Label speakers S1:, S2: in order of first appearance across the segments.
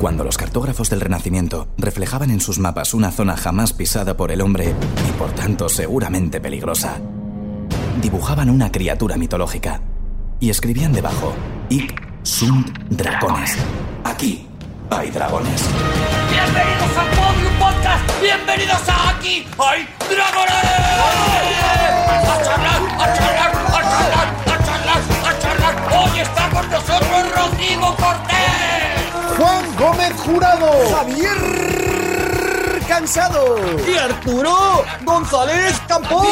S1: Cuando los cartógrafos del Renacimiento reflejaban en sus mapas una zona jamás pisada por el hombre y por tanto seguramente peligrosa, dibujaban una criatura mitológica y escribían debajo: Ic sunt dragones. Aquí hay dragones.
S2: Bienvenidos a Podium Podcast, bienvenidos a Aquí hay dragones. A charlar, a charlar, a charlar, a charlar, a charlar. Hoy está con nosotros Rodrigo Cortés.
S3: Juan Gómez Jurado.
S4: Javier Cansado
S5: y Arturo González Campos.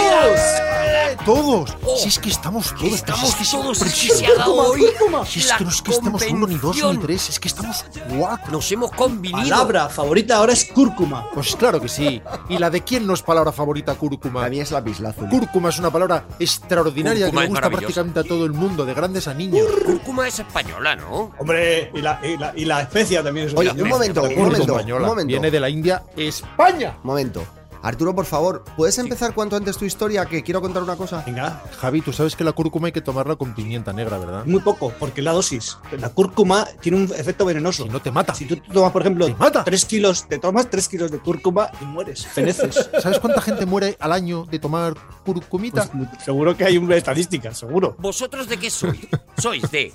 S3: Todos. Si es que estamos todos.
S2: Estamos
S3: es que es
S2: todos,
S3: impresionante.
S2: sí se ha dado
S3: Toma,
S2: hoy
S3: toma. Si es que
S2: la
S3: no es que estamos uno, ni dos, ni
S2: convención.
S3: tres. Es que estamos cuatro.
S2: Nos hemos convenido.
S5: Palabra favorita ahora es cúrcuma.
S3: Pues claro que sí. ¿Y la de quién no es palabra favorita cúrcuma?
S4: A mí es lapislázuli.
S3: Cúrcuma es una palabra extraordinaria
S2: Cúrcuma
S3: que le
S2: es
S3: gusta
S2: maravillosa.
S3: prácticamente a todo el mundo, de grandes a niños.
S2: Cúrcuma es española, ¿no?
S6: Hombre, y la, y la, y la especia también es
S4: Oye,
S6: otra.
S4: un momento, un momento, un
S3: española.
S4: momento,
S3: Viene de la India, España.
S4: un momento. Arturo, por favor, ¿puedes empezar cuanto antes tu historia? Que quiero contar una cosa.
S6: Venga,
S3: Javi, tú sabes que la cúrcuma hay que tomarla con pimienta negra, ¿verdad?
S6: muy poco, porque la dosis. La cúrcuma tiene un efecto venenoso.
S3: Si no te mata.
S6: Si tú te tomas, por ejemplo,
S3: Te mata.
S6: 3 kilos, te tomas 3 kilos de cúrcuma y mueres, feneces.
S3: ¿Sabes cuánta gente muere al año de tomar curcumita?
S6: Pues, seguro que hay una estadística, seguro.
S2: ¿Vosotros de qué sois? Sois de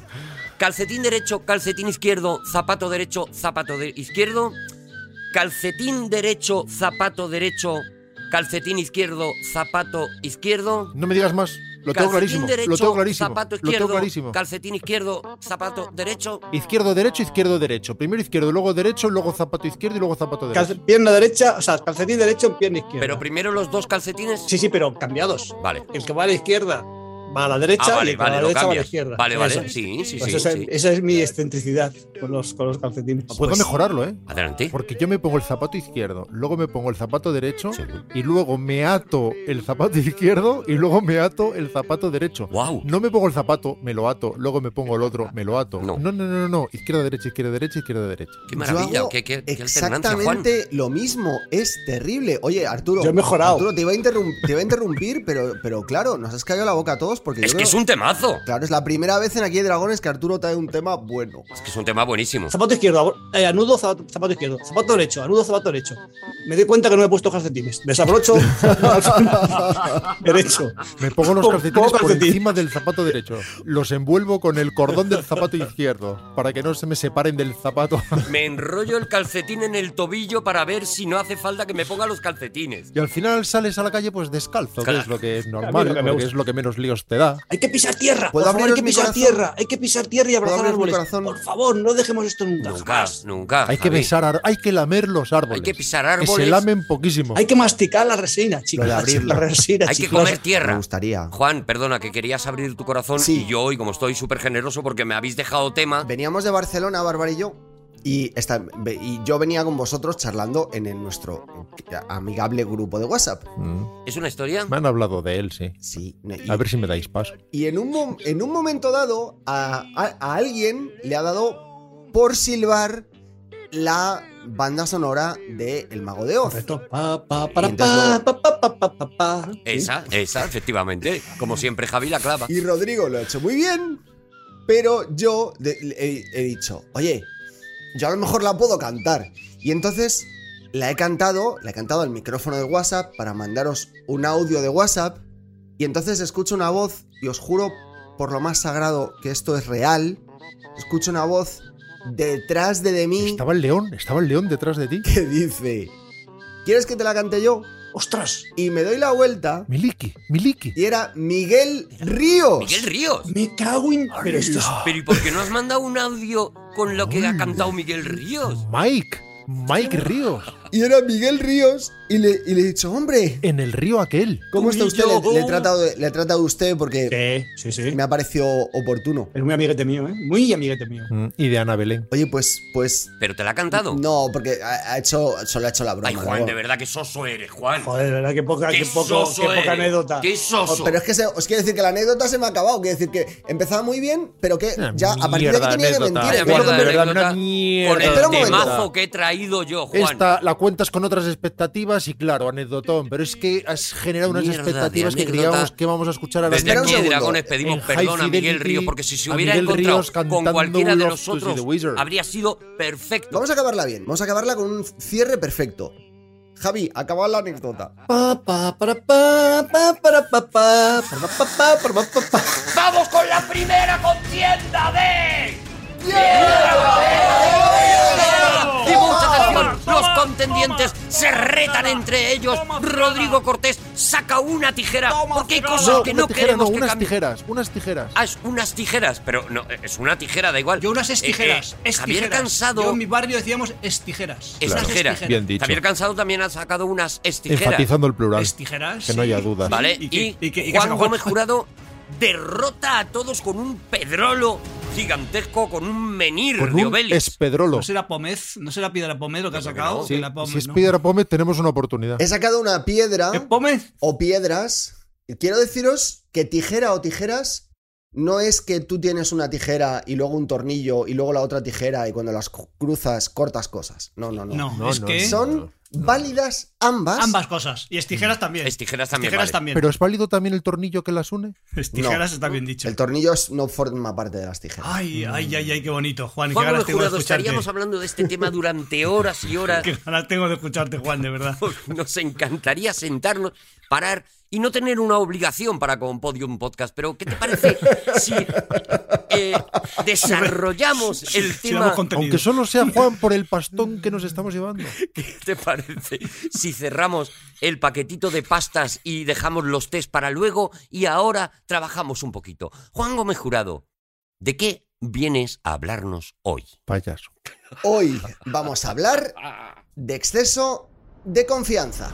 S2: calcetín derecho, calcetín izquierdo, zapato derecho, zapato de- izquierdo, calcetín derecho, zapato derecho, calcetín izquierdo, zapato izquierdo.
S3: No me digas más. Lo tengo
S2: calcetín
S3: clarísimo.
S2: derecho,
S3: lo tengo clarísimo.
S2: Zapato
S3: lo
S2: izquierdo,
S3: tengo clarísimo.
S2: calcetín izquierdo, zapato derecho.
S3: Izquierdo, derecho, izquierdo, derecho. Primero izquierdo, luego derecho, luego zapato izquierdo y luego zapato derecho.
S6: Calce- pierna derecha, o sea, calcetín derecho en pierna izquierda.
S2: Pero primero los dos calcetines.
S6: sí, sí, pero cambiados.
S2: Vale.
S6: El que va a la izquierda va a la
S2: Ah,
S6: derecha y
S2: vale,
S6: el que va
S2: vale,
S6: a la
S2: lo
S6: derecha va a la
S2: cambias.
S6: izquierda.
S2: Vale, vale,
S6: Eso es.
S2: sí, sí,
S6: Pues
S2: sí,
S6: esa,
S2: sí.
S6: esa es mi excentricidad con los, con los calcetines. Pues,
S3: Puedo mejorarlo, ¿eh?
S2: Adelante.
S3: Porque yo me pongo el zapato izquierdo, luego me pongo el zapato derecho y luego me ato el zapato izquierdo y luego me ato el zapato derecho.
S2: Guau.
S3: No me pongo el zapato, me lo ato, luego me pongo el otro, me lo ato.
S2: No.
S3: no, no, no, no. Izquierda, derecha, izquierda, derecha, izquierda, derecha.
S2: Qué
S4: Yo
S2: maravilla,
S4: hago
S2: qué, qué, qué alternancia, Juan.
S4: exactamente lo mismo. Es terrible. Oye, Arturo.
S6: Yo he mejorado.
S4: Arturo, te iba a, interrum- te iba a interrumpir, pero, pero claro, nos has callado la boca a todos porque yo
S2: Es que
S4: creo-
S2: es un temazo.
S4: Claro, es la primera vez en Aquí hay Dragones que Arturo trae un tema bueno.
S2: Es que es un tema buenísimo.
S6: Zapato izquierdo, eh, anudo, zapato, zapato izquierdo, zapato derecho, anudo, zapato derecho. Me doy cuenta que no me he puesto calcetines. Desabrocho, derecho.
S3: Me pongo los
S6: Pongo
S3: calcetines por
S6: calcetín.
S3: encima del zapato derecho. Los envuelvo con el cordón del zapato izquierdo para que no se me separen del zapato.
S2: Me enrollo el calcetín en el tobillo para ver si no hace falta que me ponga los calcetines.
S3: Y al final sales a la calle pues descalzo, que
S2: Claro.
S3: es lo que es
S6: A mí
S3: normal,
S6: lo que me
S3: porque
S6: gusta.
S3: es lo que menos líos te da.
S6: Hay que pisar tierra. Por
S4: ¿Puedo
S6: favor, hay
S4: abriros
S6: que
S4: mi
S6: pisar
S4: corazón?
S6: tierra, hay que pisar tierra y abrazar
S4: abriros mi
S6: árboles.
S4: corazón?
S6: Por favor, no dejemos esto nunca.
S2: Nunca,
S6: jamás.
S2: nunca.
S3: Hay que
S2: Javi.
S3: besar, ar- hay que lamer los árboles.
S2: Hay que pisar
S3: Que
S2: árboles.
S3: se lamen poquísimo.
S6: Hay que masticar la resina, chicos.
S4: Lo de abrirla.
S6: La resina,
S2: Hay que
S6: chicos.
S2: comer
S4: Me
S2: tierra.
S4: gustaría.
S2: Juan, perdona, que querías abrir tu corazón
S4: Sí.
S2: y yo hoy, como estoy súper generoso porque me habéis dejado tema,
S4: Veníamos de Barcelona, Bárbara y yo. Y, esta- ve- y yo venía con vosotros charlando en el- nuestro eh, amigable grupo de WhatsApp.
S3: Mm.
S2: es una historia.
S3: Me han hablado de él, sí.
S4: Sí. y-
S3: A ver si me dais paso.
S4: Y en un, mom- en un momento dado, a, a- a alguien le ha dado por silbar la banda sonora de El Mago de Oz.
S6: Correcto. Pa, pa, para,
S4: Y entonces-
S6: pa, pa, pa, pa, pa, pa.
S2: Esa, esa, efectivamente. Como siempre, Javi la clava.
S4: Y Rodrigo lo ha hecho muy bien, pero yo de- he, he dicho, oye, yo a lo mejor la puedo cantar. Y entonces la he cantado, la he cantado al micrófono de WhatsApp para mandaros un audio de WhatsApp. Y entonces escucho una voz, y os juro por lo más sagrado que esto es real, escucho una voz detrás de, de mí
S3: Estaba el león, estaba el león detrás de ti.
S4: que dice, ¿quieres que te la cante yo?
S6: ¡Ostras!
S4: Y me doy la vuelta
S3: Miliki, Miliki.
S4: y era Miguel Ríos.
S2: Miguel Ríos.
S6: Me cago en. Pero esto es-
S2: Pero ¿y por qué no has mandado un audio con lo que ha cantado Miguel Ríos?
S3: Mike, Mike Ríos.
S4: Y era Miguel Ríos y le, y le he dicho, hombre,
S3: En el río aquel.
S4: ¿cómo está usted? Le, le he
S2: Cubillo.
S4: tratado de, le he tratado de usted porque
S6: Sí, sí, sí.
S4: me ha parecido oportuno.
S6: Es muy amiguete mío, ¿eh? Muy amiguete mío.
S3: Mm, Y de Ana Belén.
S4: Oye, pues, pues.
S2: ¿Pero te la ha cantado?
S4: No, porque ha, ha hecho, solo ha hecho la broma.
S2: Ay, Juan,
S4: ¿no?
S2: de verdad que soso eres, Juan.
S6: Joder, de verdad, qué poca,
S2: Qué
S6: qué poco,
S2: soso
S6: qué poca
S2: eres.
S6: anécdota.
S2: Qué soso.
S4: Oh, Pero es que se- os quiero decir que la anécdota se me ha acabado. Quiero decir que empezaba muy bien, pero que
S3: Una
S4: ya a partir de aquí
S3: mierda
S4: tenía que
S3: anécdota. eh,
S4: mentir. ¿eh?
S2: Vaya
S4: Espero que
S2: mierda
S4: me-
S2: de
S3: verdad, una
S2: anécdota
S3: mierda
S2: Con el
S4: de anécdota.
S2: temazo que he traído yo, Juan.
S3: Esta la cuentas con otras expectativas y claro, anecdotón, pero es que has generado unas
S2: Mierda de
S3: expectativas que
S2: anécdota.
S3: creíamos que vamos a escuchar a las
S2: Desde
S4: Espera un
S2: aquí,
S4: segundo.
S2: Dragones, pedimos
S3: En
S2: perdón a
S3: High
S2: Miguel
S3: Fidelity,
S2: Ríos, porque si se
S3: a
S2: hubiera
S3: Miguel
S2: encontrado
S3: Ríos
S2: con
S3: cantando
S2: cualquiera de
S3: Love to See the
S2: nosotros,
S3: Wizard.
S2: habría sido perfecto.
S4: Vamos a acabarla bien, vamos a acabarla con un cierre perfecto. Javi, acabad la anécdota.
S3: Ah.
S6: Pa, pa, para, pa, pa, para, pa, pa, para, pa, pa, para, pa, pa, pa.
S2: ¡Vamos con la primera contienda de... Y mucha atención, los contendientes se retan entre ellos. Rodrigo Cortés saca una tijera, porque hay cosas
S3: No,
S2: que
S3: una
S2: no
S3: tijera, no,
S2: queremos que
S3: unas
S2: cambien.
S3: tijeras, unas tijeras.
S2: Ah, es unas tijeras, pero no, es una tijera, da igual.
S5: Yo unas
S2: Eh, eh,
S5: estijeras. es
S2: Javier
S5: tijeras.
S2: Cansado...
S5: Yo en mi barrio decíamos estijeras.
S2: Es
S5: Unas
S2: tijera.
S5: estijeras.
S7: Bien dicho.
S2: Javier Cansado también ha sacado unas estijeras.
S3: Enfatizando el plural,
S5: Estijeras.
S3: que no
S5: sí.
S3: haya dudas.
S2: ¿Vale?
S5: ¿Y
S2: Y,
S5: qué- y qué- y qué
S2: Juan
S5: sacó?
S2: Gómez Jurado derrota a todos con un pedrolo gigantesco, con un menir
S3: Con
S2: de
S3: un
S2: Obelix.
S3: espedrolo.
S5: No será Pómez, no será Piedra Pómez lo que ha
S2: Yo creo que
S5: sacado.
S2: no.
S3: Sí,
S5: Piedra Pómez,
S3: si es
S5: ¿no?
S3: Piedra Pómez tenemos una oportunidad.
S4: He sacado una piedra
S5: ¿Es Pómez?
S4: o piedras. Quiero deciros que tijera o tijeras no es que tú tienes una tijera y luego un tornillo y luego la otra tijera y cuando las cu- cruzas cortas cosas. No, no, no.
S5: ¿Eh? No, es que
S4: Son válidas ambas.
S5: ambas cosas. Y es tijeras también.
S2: Mm. Es tijeras también,
S5: Tijeras
S2: vale.
S5: también.
S3: Pero ¿es válido también el tornillo que las une?
S5: Es
S4: No.
S5: tijeras está bien dicho.
S4: El tornillo es- no forma parte de las tijeras.
S5: Ay, ay, ay, ay, qué bonito, Juan.
S2: Mm. Juan
S5: qué ganas
S2: Gómez
S5: tengo de
S2: Jurado,
S5: escucharte.
S2: estaríamos hablando de este tema durante horas y horas. Pues
S5: Qué ganas tengo de escucharte, Juan, de verdad.
S2: Nos encantaría sentarnos, parar y no tener una obligación para con Podium Podcast. Pero, ¿qué te parece si eh, desarrollamos el
S5: Si damos
S2: tema?
S5: contenido.
S3: Aunque solo sea Juan por el pastón que nos estamos llevando.
S2: ¿Qué te parece si cerramos el paquetito de pastas y dejamos los test para luego y ahora trabajamos un poquito? Juan Gómez Jurado, ¿de qué vienes a hablarnos hoy?
S3: Payaso.
S4: Hoy vamos a hablar de exceso de confianza.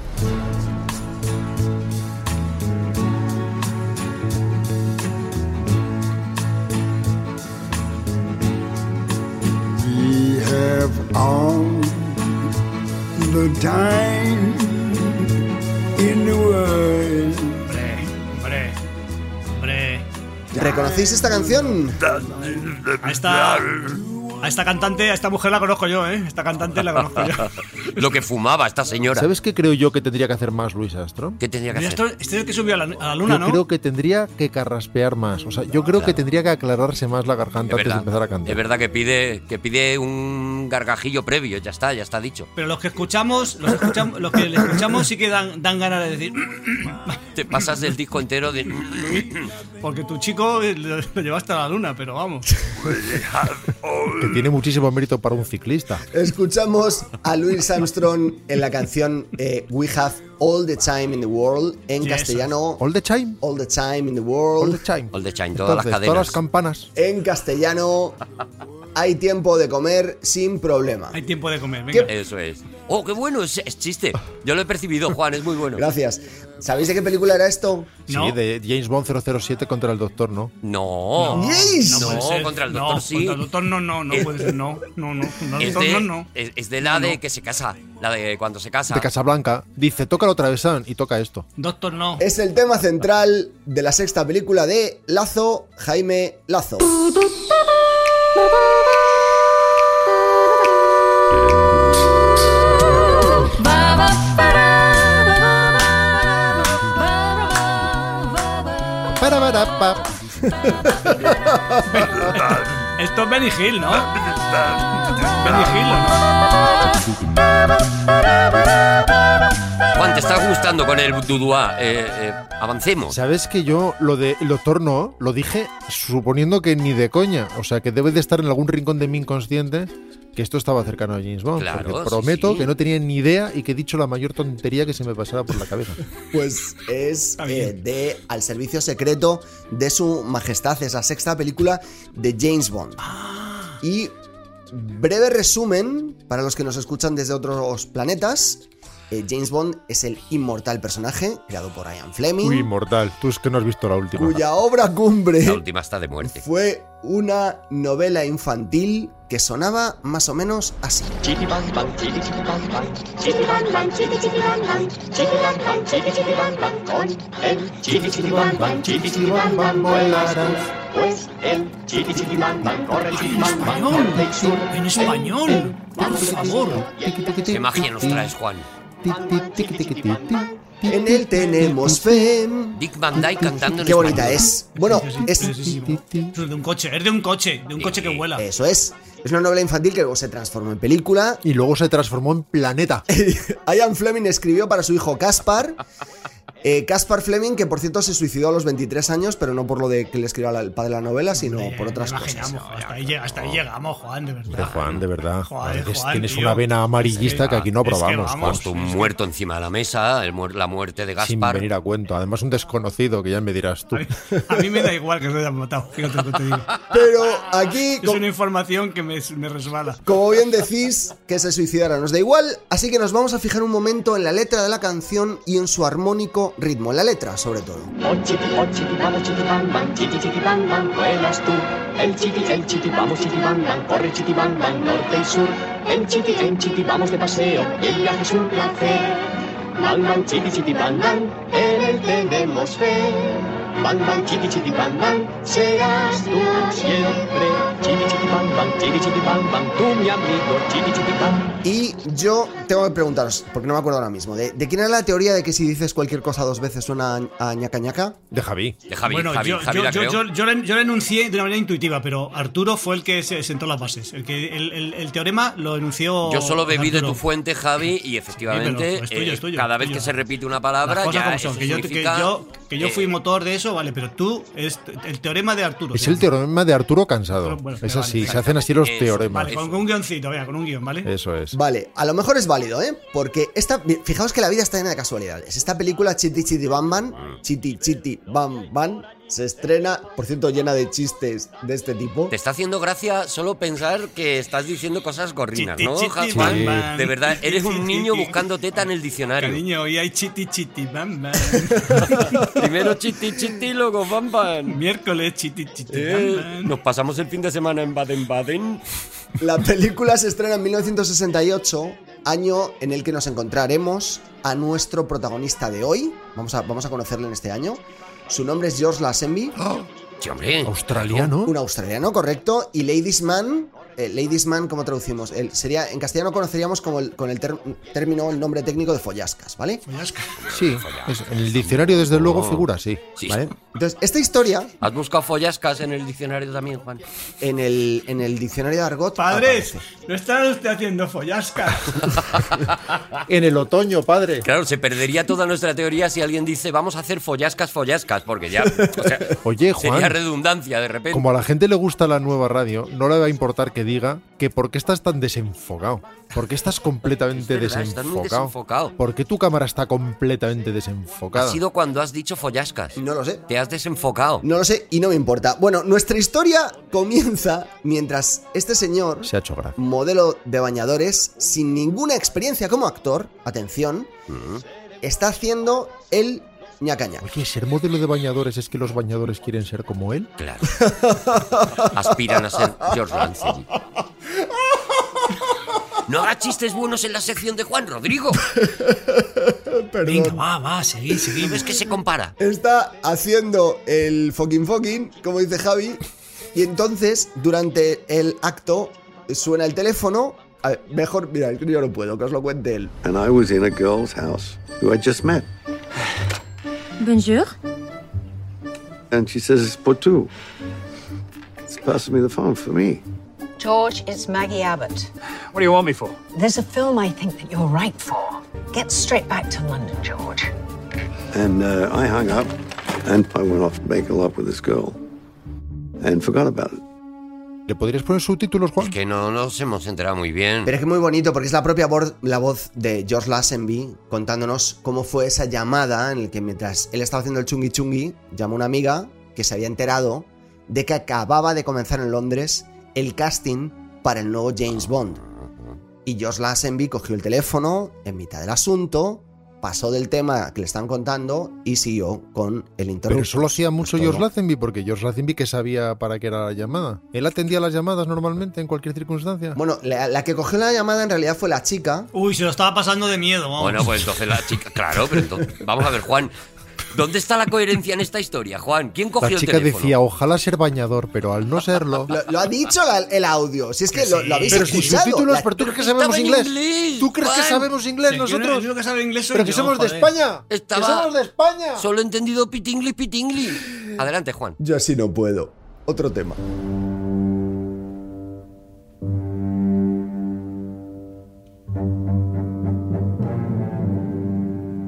S8: We have all the time in the world.
S5: Hombre, hombre, hombre.
S4: ¿Reconocéis esta canción?
S5: A esta, a esta cantante, a esta mujer la conozco yo, ¿eh? Esta cantante la conozco yo.
S2: Lo que fumaba esta señora.
S3: ¿Sabes qué creo yo que tendría que hacer más Luis Astro?
S2: ¿Qué tendría que
S5: Mira,
S2: hacer?
S5: esto, este es el que subió a la, a la
S3: Yo
S5: luna, ¿no?
S3: creo que tendría que carraspear más. O sea, yo creo que tendría que aclararse más la garganta
S2: Es
S3: antes de
S2: verdad,
S3: empezar a cantar.
S2: es verdad que pide, que pide un gargajillo previo, ya está, ya está dicho.
S5: Pero los que escuchamos, los, escucham- los que le escuchamos sí que dan, dan ganas de decir,
S2: Te pasas del disco entero de...
S5: porque tu chico eh, lo, lo llevaste a la luna, pero vamos.
S3: Que tiene muchísimo mérito para un ciclista.
S4: Escuchamos a Louis Armstrong en la canción eh, We Have All the Time in the World, en
S5: Yes.
S4: castellano
S3: All the time.
S4: All the Time in the
S3: All the
S4: World,
S3: time.
S2: All the time, todas las
S3: Entonces,
S2: cadenas.
S3: Todas las campanas.
S4: en castellano Hay tiempo de comer sin problema.
S5: Hay tiempo de comer, venga.
S2: Eso es. Oh, qué bueno, es, es chiste. Yo lo he percibido, Juan, es muy bueno.
S4: Gracias. ¿Sabéis de qué película era esto?
S5: No.
S3: Sí, de James Bond 007 contra el doctor, ¿no?
S2: No.
S4: Yes.
S2: No,
S5: puede ser.
S2: contra el
S5: No,
S2: doctor sí. Eh,
S5: Contra el doctor no, no, no puede ser, no, no, no. no,
S2: Es
S5: doctor,
S2: de,
S5: no, no.
S2: es- es de la
S5: No,
S2: de
S5: no.
S2: que se casa, la de cuando se casa.
S3: De Casablanca. Dice, tócalo travesán y toca esto.
S5: Doctor no.
S3: Eh.
S4: Es el tema central de la sexta película de Lazo, Jaime Lazo.
S3: Para, para, pa.
S5: Esto es Benny Hill, ¿no? Benny Hill, ¿o ¿no?
S2: Juan, te está gustando con el Duduá. Eh, eh, avancemos.
S3: Sabes que yo lo de el doctor no lo dije suponiendo que ni de coña. O sea, que debe de estar en algún rincón de mi inconsciente que esto estaba cercano a James Bond.
S2: Claro,
S3: porque
S2: sí,
S3: prometo
S2: sí.
S3: que no tenía ni idea y que he dicho la mayor tontería que se me pasara por la cabeza.
S4: Pues es
S5: Está bien.
S4: eh, de Al Servicio Secreto de Su Majestad, esa sexta película de James Bond.
S5: Ah.
S4: Y breve resumen, para los que nos escuchan desde otros planetas, eh, James Bond es el inmortal personaje creado por Ian Fleming,
S3: Uy, mortal. Tú es que no has visto la última.
S4: cuya obra cumbre
S2: La última está de muerte.
S4: fue una novela infantil que sonaba más o menos así.
S5: En español, por favor.
S2: Qué magia nos traes, Juan.
S4: En él tenemos fe.
S2: Dick Van Dyke cantando en
S4: Qué bonita
S2: español.
S4: es. Bueno,
S5: Sí,
S4: es,
S5: sí, sí. Es de un coche, es de un coche, de un coche que vuela.
S4: eso es. Es una novela infantil que luego se transformó en película.
S3: Y luego se transformó en planeta.
S4: Eh, Ian Fleming escribió para su hijo Caspar. Eh, Caspar Fleming, que por cierto se suicidó a los 23 años, pero no por lo de que le escribió al padre de la novela, sino
S5: Eh,
S4: por otras cosas.
S5: imaginamos, Hasta ahí, lleg- hasta ahí llegamos, Juan, de verdad.
S3: Pero Juan, de verdad.
S5: Joder,
S3: es-
S5: Juan,
S3: tienes
S5: tío.
S3: una vena amarillista
S5: Es
S3: que aquí no
S5: es que
S3: aprobamos, Juan.
S5: vamos,
S2: Pues un muerto encima de la mesa, el muer- la muerte de
S3: Sin
S2: Gaspar.
S3: venir a cuento. Además, un desconocido que ya me dirás tú.
S5: A mí me da igual que se hayan matado, fíjate lo que te digo.
S4: Pero aquí,
S5: Es
S4: co-
S5: una información que me, me resbala.
S4: como bien decís, que se suicidara nos da igual, así que nos vamos a fijar un momento en la letra de la canción y en su armónico ritmo, en la letra sobre todo.
S7: Oh, chiqui, oh, chiqui, vamos, chiqui, bam, bam, chiqui, chiqui, bam, bam, vuelas tú. El chiqui, el chiqui, vamos, chiqui, bam, bam, corre, chiqui, bam, bam, norte y sur. El chiqui, el chiqui, vamos de paseo, y el viaje es un placer. Bam, bam, chiqui, chiqui, bam, bam, en él tenemos fe. Bam, bam, chiqui, chiqui, bam, bam, serás tú siempre. Chiqui, chiqui, bam, bam, chiqui, chiqui, bam, bam, tú mi amigo, chiqui, chiqui, bam.
S4: Y yo tengo que preguntaros, porque no me acuerdo ahora mismo, ¿de, de quién era la teoría de que si dices cualquier cosa dos veces suena a, a ñaca ñaca?
S3: De Javi.
S2: De Javi,
S5: bueno,
S2: Javi,
S5: yo,
S2: Javi
S5: yo,
S2: la
S5: yo,
S2: creo.
S5: yo- yo la- yo la enuncié de una manera intuitiva, pero Arturo fue el que se sentó las bases. El, que, el, el- el teorema lo enunció.
S2: Yo solo bebí de
S5: Arturo.
S2: tu fuente, Javi, y efectivamente,
S5: pero es tuyo,
S2: eh,
S5: es tuyo,
S2: cada
S5: es
S2: vez
S5: tuyo.
S2: que se repite una
S5: Las
S2: palabra,
S5: cosas
S2: ya
S5: como
S2: eso
S5: son, que yo, que
S2: significa,
S5: yo- que yo fui
S2: eh,
S5: motor de eso, vale, pero tú, es el teorema de Arturo.
S3: Es
S5: se
S3: el
S5: llama.
S3: teorema de Arturo Cansado.
S5: Bueno,
S3: es
S5: vale,
S3: así, se
S5: venga.
S3: hacen así los
S2: Eso, Eh,
S3: teoremas.
S5: Vale, con, con un guioncito, venga, con un guión, ¿vale?
S3: Eso es.
S4: Vale, a lo mejor es válido, ¿eh? Porque esta, fijaos que la vida está llena de casualidades. Esta película, Chiti Chiti Bam Bam, Chiti Chiti Bam Bam, se estrena, por cierto, llena de chistes de este tipo.
S2: Te está haciendo gracia solo pensar que estás diciendo cosas gorrinas,
S5: Chiti,
S2: ¿no,
S5: chiti,
S2: Juan?
S5: bam, bam.
S2: De verdad, eres un niño buscando teta en el diccionario.
S5: Cariño, hoy hay chiti chiti bam bam.
S2: Primero chiti chiti, luego bam bam.
S5: Miércoles chiti chiti
S2: Eh,
S5: bam bam.
S2: nos pasamos el fin de semana en Baden-Baden.
S4: La película se estrena en 1968, año en el que nos encontraremos a nuestro protagonista de hoy. Vamos a, vamos a conocerle en este año. Su nombre es George Lazenby,
S2: Sí, hombre.
S3: Australiano.
S4: un australiano, correcto, y Ladies Man. eh, Ladies Man, ¿cómo traducimos? El- sería, en castellano conoceríamos como el- con el ter- término, el nombre técnico de follascas, ¿vale?
S3: Sí. es- en el diccionario, desde luego, figura así.
S2: Sí.
S3: ¿vale?
S4: Entonces, esta historia
S2: ¿Has buscado follascas en el diccionario también, Juan?
S4: en el, en el diccionario de Argot.
S5: Padres,
S4: aparece.
S5: no están usted haciendo follascas.
S3: En el otoño, padre.
S2: Claro, se perdería toda nuestra teoría si alguien dice vamos a hacer follascas, follascas, porque ya. o sea,
S3: Oye, Juan.
S2: sería redundancia de repente.
S3: Como a la gente le gusta la nueva radio, no le va a importar que diga que por qué estás tan desenfocado. ¿Por qué estás completamente
S2: Es verdad, estás muy
S3: desenfocado?
S2: desenfocado.
S3: ¿Por qué tu cámara está completamente
S2: Ha
S3: desenfocada?
S2: sido cuando has dicho follascas.
S4: No lo sé.
S2: Te has desenfocado.
S4: No lo sé y no me importa. Bueno, nuestra historia comienza mientras este señor,
S3: Se ha hecho gracia.
S4: modelo de bañadores, sin ninguna experiencia como actor, atención, está haciendo el ñaca ñaca.
S3: Oye, ser modelo de bañadores es que los bañadores quieren ser como él.
S2: Claro. Aspiran a ser George Lansing. No hagas chistes buenos en la sección de Juan Rodrigo.
S5: Venga, va, va, seguid,
S2: ¿Y
S5: seguid.
S2: ves que se compara?
S4: Está haciendo el fucking fucking, como dice Javi, y entonces, durante el acto, suena el teléfono. A ver, mejor, mira, es que yo no puedo, que os lo cuente él.
S9: and I was in a girl's house who I just met.
S10: Bonjour.
S9: And she says, It's Poitou. It's passing me the phone for me.
S11: George, it's Maggie Abbott.
S7: What do you want me for?
S11: There's a film I think that you're right for. Get straight back to London, George.
S9: And uh, I hung up and I went off to make a love with this girl and forgot about it.
S3: ¿Le podrías poner subtítulos, Juan?
S2: Es que no nos hemos enterado muy
S3: Mm.
S2: bien.
S4: Pero es que muy bonito porque es la propia voz, la voz de George Lazenby contándonos cómo fue esa llamada en la que mientras él estaba haciendo el chungi chungi, llamó a una amiga que se había enterado de que acababa de comenzar en Londres el casting para el
S3: Ah.
S4: nuevo James Bond. Y George Lazenby cogió el teléfono en mitad del asunto pasó del tema que le están contando y siguió con el interruptor.
S3: Pero eso lo hacía mucho
S4: Pues todo.
S3: George Lazenby, porque George Lazenby que sabía para qué era la llamada. Él atendía las llamadas normalmente en cualquier circunstancia.
S4: Bueno, la, la que cogió la llamada en realidad fue la chica.
S5: Uy, se lo estaba pasando de miedo, vamos.
S2: Bueno, pues entonces la chica. Claro, pero entonces- vamos a ver, Juan. ¿Dónde está la coherencia en esta historia, Juan? ¿Quién cogió
S3: La chica
S2: el teléfono?
S3: decía, "Oh, ojalá ser bañador, pero al no serlo...
S4: Lo, lo ha dicho la- el audio. Si es que lo, lo habéis
S3: Pero si
S4: escuchado.
S3: subtítulos,
S4: La-
S3: pero tú crees que sabemos
S4: en
S3: inglés.
S4: inglés,
S3: ¿Tú crees que
S4: Juan.
S3: sabemos inglés
S5: Sí, yo no-
S3: nosotros?
S5: yo que sabe inglés soy
S3: pero que
S5: yo,
S3: somos de
S5: joder.
S3: España.
S2: Estaba-
S3: Que somos de España.
S2: Solo he entendido pitingli, pitingli. Adelante, Juan.
S4: Yo así no puedo. Otro tema.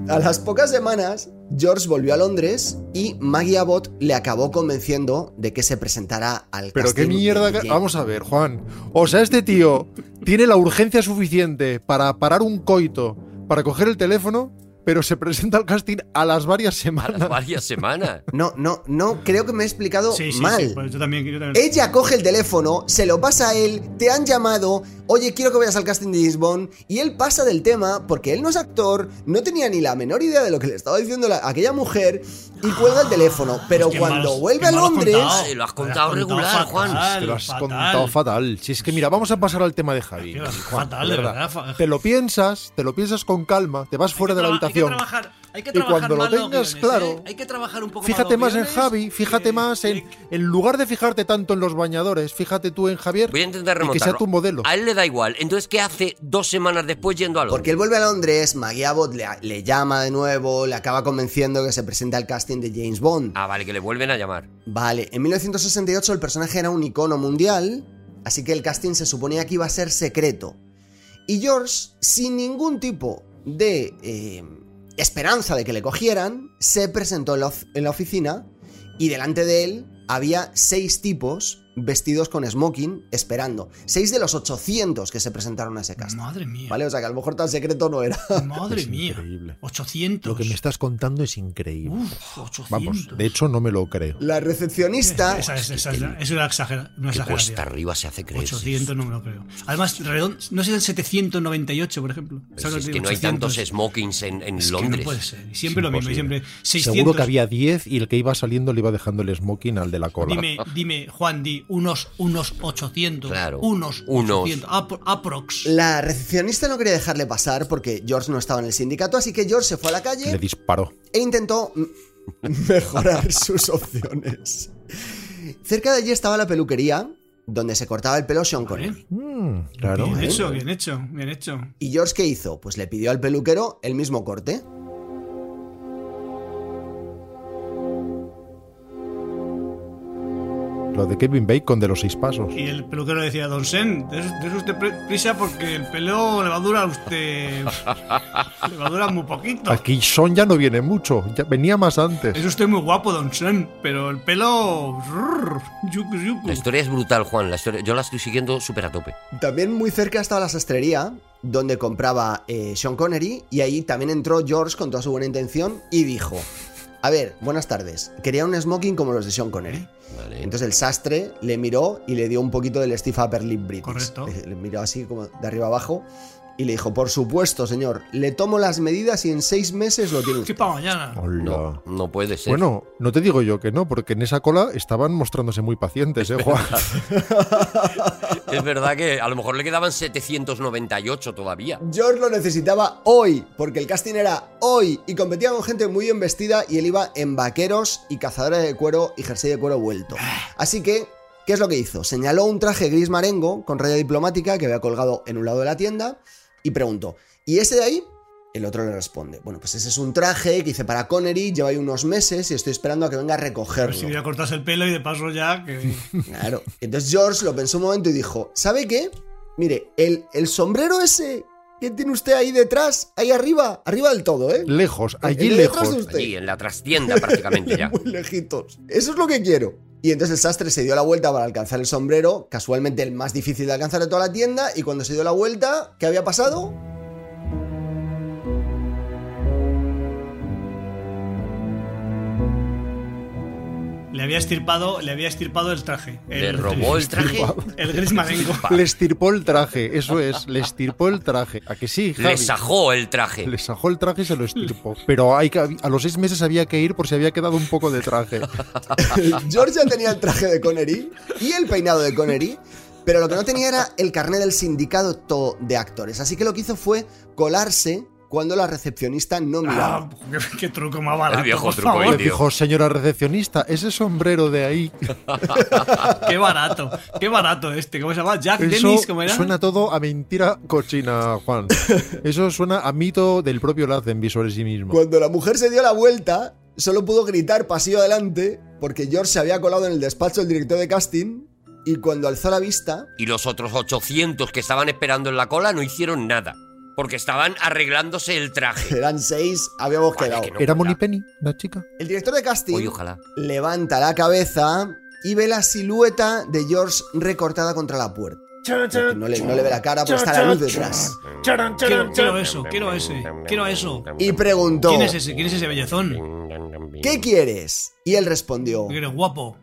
S4: A las pocas semanas, George volvió a Londres y Maggie Abbott le acabó convenciendo de que se presentara al
S3: Pero qué
S4: casting
S3: mierda...
S4: de
S3: que-
S4: Jane.
S3: Vamos a ver, Juan. O sea, este tío tiene la urgencia suficiente para parar un coito, para coger el teléfono, pero se presenta al casting a las varias
S2: A
S3: semanas.
S2: las varias semanas.
S4: No, no, no, creo que me he explicado
S5: Sí, sí,
S4: mal.
S5: sí, pues yo también, yo
S3: Eh,
S5: también.
S4: Ella coge el teléfono, se lo pasa a él, te han llamado, oye, quiero que vayas al casting de Lisbon, y él pasa del tema porque él no es actor, no tenía ni la menor idea de lo que le estaba diciendo la- aquella mujer, y cuelga el teléfono. Pero
S5: Qué
S4: cuando
S5: malos-
S4: vuelve
S5: qué
S4: a
S5: malos
S4: Londres,
S5: contados.
S2: Ay, lo has
S5: Me
S2: contado regular,
S5: fatal,
S2: Juan.
S3: Te lo has
S5: fatal.
S3: contado fatal. Si es que mira, vamos a pasar al tema de Javi.
S5: Tío,
S3: Juan,
S5: fatal,
S3: de
S5: de
S3: verdad.
S5: verdad, fa-
S3: Te lo piensas, te lo piensas con calma, te vas fuera de la
S5: Traba-
S3: habitación.
S5: Hay que trabajar, hay que
S3: Y
S5: trabajar
S3: cuando lo
S5: más los
S3: tengas
S5: guiones,
S3: claro,
S5: ¿eh? Hay que trabajar un poco
S3: Fíjate
S5: más,
S3: más
S5: los
S3: en
S5: guiones,
S3: Javi, fíjate
S5: que-
S3: más en.
S5: que-
S3: En lugar de fijarte tanto en los bañadores, fíjate tú en Javier.
S2: Voy a intentar
S3: y que
S2: remontarlo.
S3: sea tu modelo.
S2: A él le da igual. Entonces, ¿qué hace dos semanas después yendo a Londres?
S4: porque él vuelve a Londres, Maggie Abbott le, le llama de nuevo, le acaba convenciendo que se presente al casting de James Bond.
S2: Ah, vale, que le vuelven a llamar.
S4: Vale, en 1968 el personaje era un icono mundial, así que el casting se suponía que iba a ser secreto. Y George, sin ningún tipo de eh, esperanza de que le cogieran, se presentó en la, of- en la oficina y delante de él había seis tipos vestidos con smoking esperando. Seis de los 800 que se presentaron a ese casting.
S5: Madre mía.
S4: ¿Vale? O sea que a lo mejor tan secreto no era.
S5: Madre
S3: Es
S5: mía.
S3: increíble.
S5: 800.
S3: Lo que me estás contando es increíble.
S5: Uf, 800.
S3: Vamos, de hecho no me lo creo.
S4: La recepcionista...
S5: Esa es, esa es- es una exageración. Una
S2: Que
S5: exageración.
S2: cuesta arriba se hace creer.
S5: 800 no me lo creo. Además, redondo, no sé, el 798, por ejemplo.
S2: Pero
S5: ¿Sabes
S2: si es
S5: lo te
S2: que
S5: digo?
S2: no hay
S5: 800.
S2: tantos smokings en, en
S5: Es que
S2: Londres.
S5: no puede ser. Y Siempre
S3: Es
S5: lo mismo, y
S3: imposible.
S5: siempre 600.
S3: Seguro que había 10 y el que iba saliendo le iba dejando el smoking al de la cola.
S5: Dime, dime, Juan, di unos, unos 800.
S2: Claro.
S5: Unos,
S2: Unos.
S5: 800. apro- aprox.
S4: La recepcionista no quería dejarle pasar porque George no estaba en el sindicato, así que George se fue a la calle
S3: Le disparó.
S4: e intentó m- mejorar sus opciones. Cerca de allí estaba la peluquería, donde se cortaba el pelo Sean Connery.
S3: Mm, claro.
S5: bien
S4: ¿eh?
S5: hecho, bien hecho, bien hecho.
S4: ¿Y George qué hizo? Pues le pidió al peluquero el mismo corte.
S3: Lo de Kevin Bacon de los seis pasos.
S5: Y el peluquero le decía, Don Sen, des usted pre- prisa porque el pelo le va a durar a usted. le va a durar muy poquito.
S3: Aquí Son ya no viene mucho, ya venía más antes.
S5: Es usted muy guapo, Don Sen, pero el pelo. rrr, yucu, yucu.
S2: La historia es brutal, Juan. La historia, yo la estoy siguiendo súper a tope.
S4: También muy cerca estaba la sastrería, donde compraba eh, Sean Connery, y ahí también entró George con toda su buena intención y dijo, a ver, buenas tardes, quería un smoking como los de Sean Connery.
S2: Vale.
S4: Entonces el sastre le miró y le dio un poquito del Steve Upperlip British.
S5: Correcto.
S4: Eh, Le, le miró así como de arriba abajo y le dijo, por supuesto, señor, le tomo las medidas y en seis meses lo tiene
S5: ¿Qué
S4: usted".
S5: para mañana?
S3: Hola.
S2: no, no puede ser.
S3: Bueno, no te digo yo que no, porque en esa cola estaban mostrándose muy pacientes, ¿eh, Juan?
S2: Es verdad que a lo mejor le quedaban 798 todavía.
S4: George lo necesitaba hoy, porque el casting era hoy y competía con gente muy bien vestida y él iba en vaqueros y cazadores de cuero y jersey de cuero vuelto. Así que, ¿qué es lo que hizo? Señaló un traje gris marengo con raya diplomática que había colgado en un lado de la tienda y preguntó, ¿y ese de ahí? El otro le responde, bueno, pues ese es un traje que hice para Connery, lleva ahí unos meses y estoy esperando a que venga a
S5: A ver Pues si voy
S4: recogerlo.
S5: a cortarse el pelo y de paso ya que.
S4: Claro. Entonces George lo pensó un momento y dijo, ¿sabe qué? Mire, el, el sombrero ese que tiene usted ahí detrás, ahí arriba, arriba del todo, ¿eh?
S3: lejos, allí
S4: El de detrás
S3: lejos.
S4: de usted.
S2: Allí, en la trastienda prácticamente ya.
S4: Muy lejitos. Eso es lo que quiero. Y entonces el sastre se dio la vuelta para alcanzar el sombrero, casualmente el más difícil de alcanzar de toda la tienda, y cuando se dio la vuelta, ¿qué había pasado?
S5: Le le había estirpado, le había estirpado el traje. El,
S2: ¿Le robó el traje?
S5: El gris marengo.
S3: Le estirpó el traje, eso es, le estirpó el traje. ¿A que sí, Javi?
S2: Le sajó el traje.
S3: Le sajó el traje y se lo estirpó. Pero hay que, a los seis meses había que ir por si había quedado un poco de traje.
S4: Georgia tenía el traje de Connery y el peinado de Connery, pero lo que no tenía era el carnet del sindicato de actores. Así que lo que hizo fue colarse cuando la recepcionista no miraba.
S5: Ah, qué, qué truco más barato.
S2: El viejo
S5: por
S2: truco,
S5: favor.
S3: Le dijo, señora recepcionista, ese sombrero de ahí.
S5: Qué barato. Qué barato este. ¿Cómo se llama? Jack
S3: Eso
S5: Dennis, ¿cómo era?
S3: suena todo a mentira cochina, Juan. Eso suena a mito del propio Lazenby sobre sí mismo.
S4: Cuando la mujer se dio la vuelta, solo pudo gritar pasillo adelante porque George se había colado en el despacho del director de casting y cuando alzó la vista,
S2: Y los otros 800 que estaban esperando en la cola no hicieron nada. Porque estaban arreglándose el traje.
S4: eran seis, habíamos
S2: Vale,
S4: quedado.
S2: que no cuela.
S3: Era Molly Penny, la chica.
S4: El director de casting
S2: Oye, ojalá.
S4: levanta la cabeza y ve la silueta de George recortada contra la puerta. Porque No le, no le ve la cara, pero está la luz detrás.
S5: Quiero, quiero eso, quiero ese, quiero eso.
S4: Y preguntó,
S5: ¿Quién es ese? ¿Quién es ese bellezón?
S4: ¿qué quieres? Y él respondió,
S5: Porque eres guapo.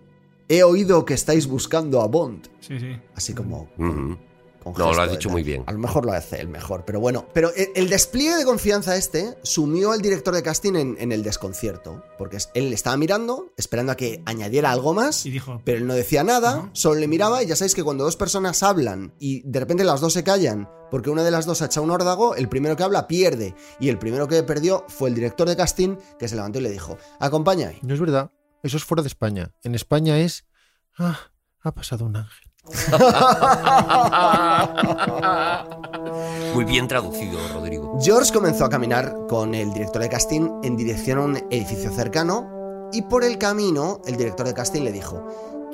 S4: he oído que estáis buscando a Bond.
S5: Sí, sí.
S4: Así como...
S2: Ujú.
S4: con
S2: No, lo has
S4: gesto de
S2: dicho
S4: tal.
S2: muy bien.
S4: A lo mejor lo hace el mejor, pero bueno. Pero e-, el, el despliegue de confianza este sumió al director de casting en, en el desconcierto. Porque es- él le estaba mirando, esperando a que añadiera algo más.
S5: Y dijo,
S4: Pero él no decía nada, solo le miraba y ya sabéis que cuando dos personas hablan y de repente las dos se callan porque una de las dos ha echado un órdago, el primero que habla pierde. Y el primero que perdió fue el director de casting que se levantó y le dijo, acompáñame.
S3: No es verdad. Eso es fuera de España. En España es. Ah, ha pasado un ángel.
S2: Muy bien traducido, Rodrigo.
S4: George comenzó a caminar con el director de casting en dirección a un edificio cercano y por el camino el director de casting le dijo,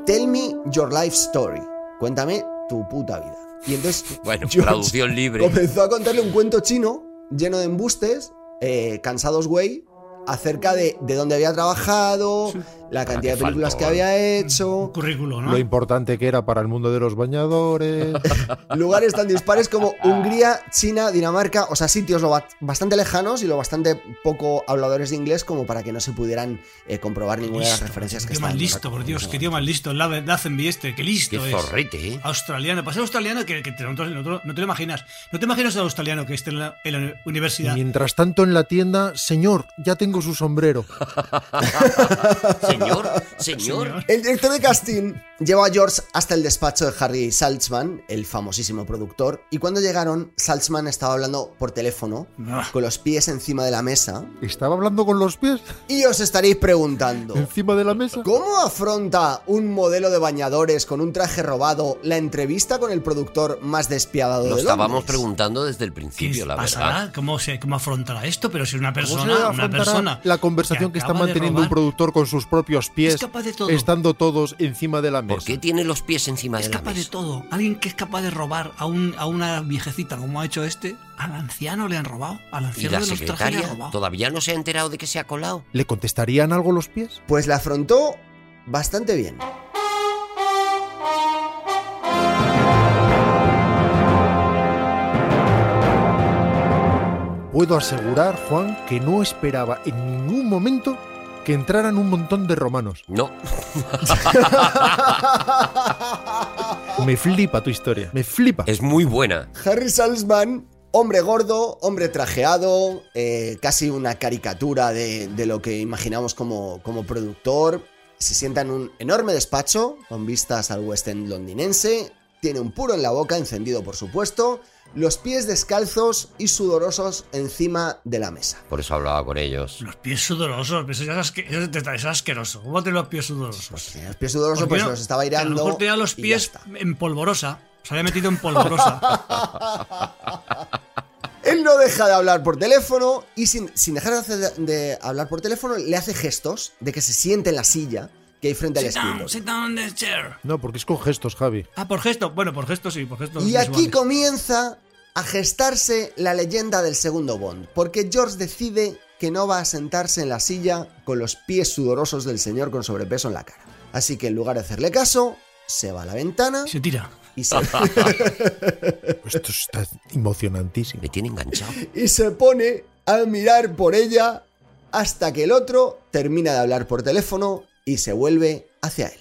S4: Tell me your life story, cuéntame tu puta vida. Y entonces
S2: Bueno,
S4: George
S2: traducción libre.
S4: comenzó a contarle un cuento chino lleno de embustes, eh, cansados güey, acerca de, de dónde había trabajado, la
S2: Ah,
S4: cantidad
S2: qué
S4: de películas
S2: faltó, ¿eh?
S4: que había
S5: un
S4: hecho,
S5: currículo, ¿no?
S3: Lo importante que era para el mundo de los bañadores.
S4: lugares tan dispares como Hungría, China, Dinamarca, o sea, sitios lo ba- bastante lejanos y lo bastante poco habladores de inglés como para que no se pudieran eh, comprobar ninguna de las
S5: Listo,
S4: referencias
S5: qué
S4: que
S5: tío más
S4: estaban.
S5: listo, por Dios, qué tío más listo. El Lazenby este, qué
S2: Qué
S5: listo es.
S2: zorrete, ¿eh?
S5: Australiano, para ser australiano que, que te- no, te- no te- no te lo imaginas. No te imaginas al australiano que esté en la, en la uni-
S3: Y
S5: universidad.
S3: mientras tanto en la tienda, señor, ya tengo su sombrero.
S2: Señor, señor.
S4: El director de casting llevó a George hasta el despacho de Harry Saltzman, el famosísimo productor, y cuando llegaron, Saltzman estaba hablando por teléfono,
S5: Ah.
S4: con los pies encima de la mesa,
S3: Estaba hablando con los pies
S4: y os estaréis preguntando,
S3: encima de la mesa.
S4: ¿cómo afronta un modelo de bañadores con un traje robado la entrevista con el productor más despiadado de
S2: Lo
S4: Londres?
S2: estábamos preguntando desde el
S5: ¿Qué
S2: principio, la
S5: pasará?
S2: verdad.
S5: ¿Cómo, se, ¿Cómo afrontará esto? Pero si una
S3: ¿Cómo se
S5: persona, una
S3: afrontará
S5: persona.
S3: la conversación que está
S5: acaba de
S3: manteniendo un
S5: robar-
S3: productor con sus propios
S5: Es
S3: pies,
S5: capaz de todo.
S3: estando todos encima de la mesa.
S2: ¿Por qué tiene los pies encima
S5: Es
S2: de la
S5: capaz de
S2: mesa?
S5: todo. Alguien que es capaz de robar a, un, a una viejecita como ha hecho este, al anciano le han robado. Al
S2: Y
S5: anciano
S2: la
S5: de los trajes le han
S2: secretaria
S5: robado.
S2: todavía no se ha enterado de que se ha colado.
S3: ¿Le contestarían algo los pies?
S4: Pues la afrontó bastante bien.
S3: Puedo asegurar, Juan, que no esperaba en ningún momento que entraran un montón de romanos.
S2: No,
S3: Me flipa tu historia. Eh. Me flipa.
S2: es muy buena.
S4: Harry Salzman, hombre gordo, hombre trajeado, eh, casi una caricatura de, de lo que imaginamos como, como productor. Se sienta en un enorme despacho con vistas al West End londinense. Tiene un puro en la boca, encendido por supuesto. Los pies descalzos y sudorosos encima de la mesa.
S2: Por eso hablaba con ellos.
S5: Los pies sudorosos, pero eso ya es, asque- eso te- es asqueroso. ¿Cómo te los pies sudorosos?
S4: Pues tenía los pies sudorosos,
S5: Porque
S4: pues
S5: no-
S4: se los estaba
S5: que A
S4: irando.
S5: lo mejor tenía los
S4: y ya
S5: pies
S4: está.
S5: en polvorosa. Se había metido en polvorosa.
S4: Él no deja de hablar por teléfono y sin, sin dejar de, hacer- de hablar por teléfono le hace gestos de que se siente en la silla que hay frente al
S5: sit
S4: escritorio.
S5: down, sit down on the chair.
S3: No, porque es con gestos, Javi.
S5: Ah, por gesto. Bueno, por gesto sí, por gesto.
S4: Y aquí
S5: visual.
S4: comienza a gestarse la leyenda del segundo Bond, porque George decide que no va a sentarse en la silla con los pies sudorosos del señor con sobrepeso en la cara. Así que en lugar de hacerle caso, se va a la ventana
S5: Se tira.
S4: y se,
S3: Esto está emocionantísimo.
S2: Me tiene enganchado.
S4: y se pone a mirar por ella hasta que el otro termina de hablar por teléfono y se vuelve hacia él.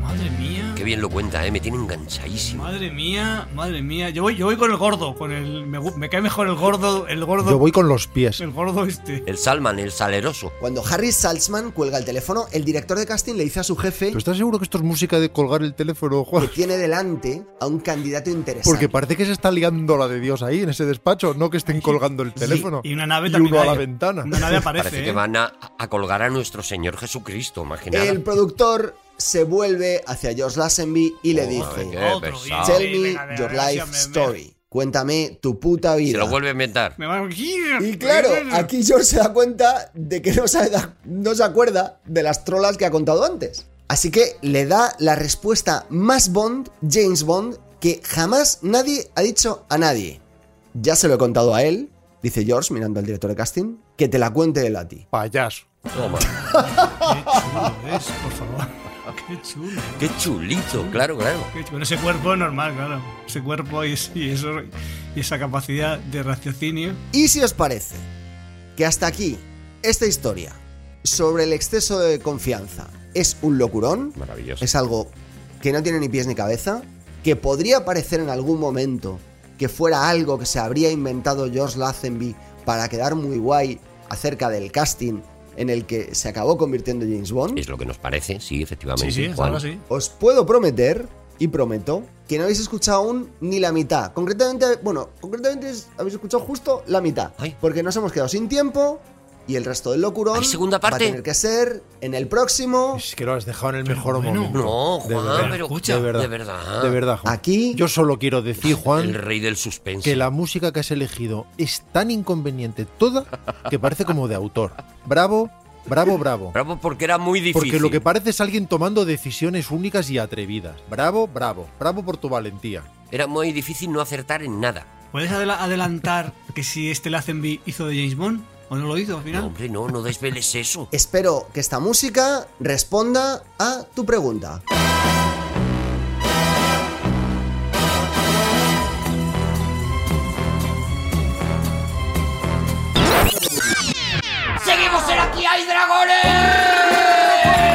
S5: Madre mía,
S2: Qué bien lo cuenta, ¿eh? Me tiene enganchadísimo.
S5: madre mía, madre mía. Yo voy, yo voy con el gordo, con el. Me, gu- me cae mejor el gordo, el gordo.
S3: Yo voy con los pies.
S5: El gordo este.
S2: El Salman, el saleroso.
S4: Cuando Harry Saltzman cuelga el teléfono, el director de casting le dice a su jefe
S3: ¿Pero estás seguro que esto es música de colgar el teléfono,
S4: que
S3: Juan?
S4: tiene delante a un candidato interesante.
S3: Porque parece que se está liando la de Dios ahí, en ese despacho, no que estén colgando el teléfono.
S5: Y una nave
S3: y
S5: también
S3: uno a la
S5: hay.
S3: ventana.
S5: Una nave aparece.
S2: Parece
S5: ¿eh?
S2: que van a, a colgar a nuestro Señor Jesucristo, imagínate.
S4: el productor se vuelve hacia George Lassenby y le
S2: Joder,
S4: dice:
S2: qué
S5: Otro,
S2: pesado.
S5: bien.
S4: Tell me
S5: venga, venga,
S4: your
S5: venga,
S4: life
S5: sí, me- me-
S4: story. Cuéntame tu puta
S2: Se
S4: vida.
S2: lo vuelve a inventar.
S5: Me van
S4: Y claro,
S5: Pues
S4: aquí George se da cuenta de que no se, da- no se acuerda de las trolas que ha contado antes. Así que le da la respuesta más Bond, James Bond, que jamás nadie ha dicho a nadie. Ya se lo he contado a él, dice George mirando al director de casting, que te la cuente él a ti.
S3: Payaso.
S2: Toma.
S5: Qué chulo es, por favor. Qué chulo.
S2: Qué chulito, claro, claro.
S5: Qué chulo. Con ese cuerpo normal, claro. Ese cuerpo y, es- y eso, y esa capacidad de raciocinio.
S4: Y si os parece que hasta aquí esta historia sobre el exceso de confianza es un locurón,
S2: Maravilloso.
S4: es algo que no tiene ni pies ni cabeza, que podría parecer en algún momento que fuera algo que se habría inventado George Lazenby para quedar muy guay acerca del casting en el que se acabó convirtiendo James Bond,
S2: Es lo que nos parece, sí, efectivamente.
S5: Sí, sí, es
S2: Juan.
S5: algo así.
S4: os puedo prometer y prometo que no habéis escuchado aún ni la mitad. Concretamente, bueno, concretamente es- habéis escuchado justo la mitad,
S2: Ay.
S4: porque nos hemos quedado sin tiempo y el resto del locurón
S2: ¿Hay segunda parte?
S4: va a tener que ser en el próximo
S3: Es que lo has dejado en el mejor
S5: bueno.
S3: momento.
S2: No,
S3: De
S2: Juan,
S3: verdad,
S2: pero
S3: escucha,
S2: de
S3: de
S2: verdad.
S3: verdad.
S2: De verdad.
S3: De verdad, Juan.
S4: Aquí-
S3: Yo solo quiero decir,
S2: El
S3: Juan,
S2: rey del suspense.
S3: que la música que has elegido es tan inconveniente toda que parece como de autor. Bravo, bravo, bravo.
S2: Bravo, porque era muy difícil.
S3: Porque lo que parece es alguien tomando decisiones únicas y atrevidas. Bravo, bravo. Bravo por tu valentía.
S2: Era muy difícil no acertar en nada.
S5: ¿Puedes adela- adelantar que si este Lazenby hizo de James Bond? ¿O no lo hizo al
S2: No,
S5: final?
S2: hombre, no, no desveles eso.
S4: Espero que esta música responda a tu pregunta.
S2: ¡Seguimos en Aquí hay dragones!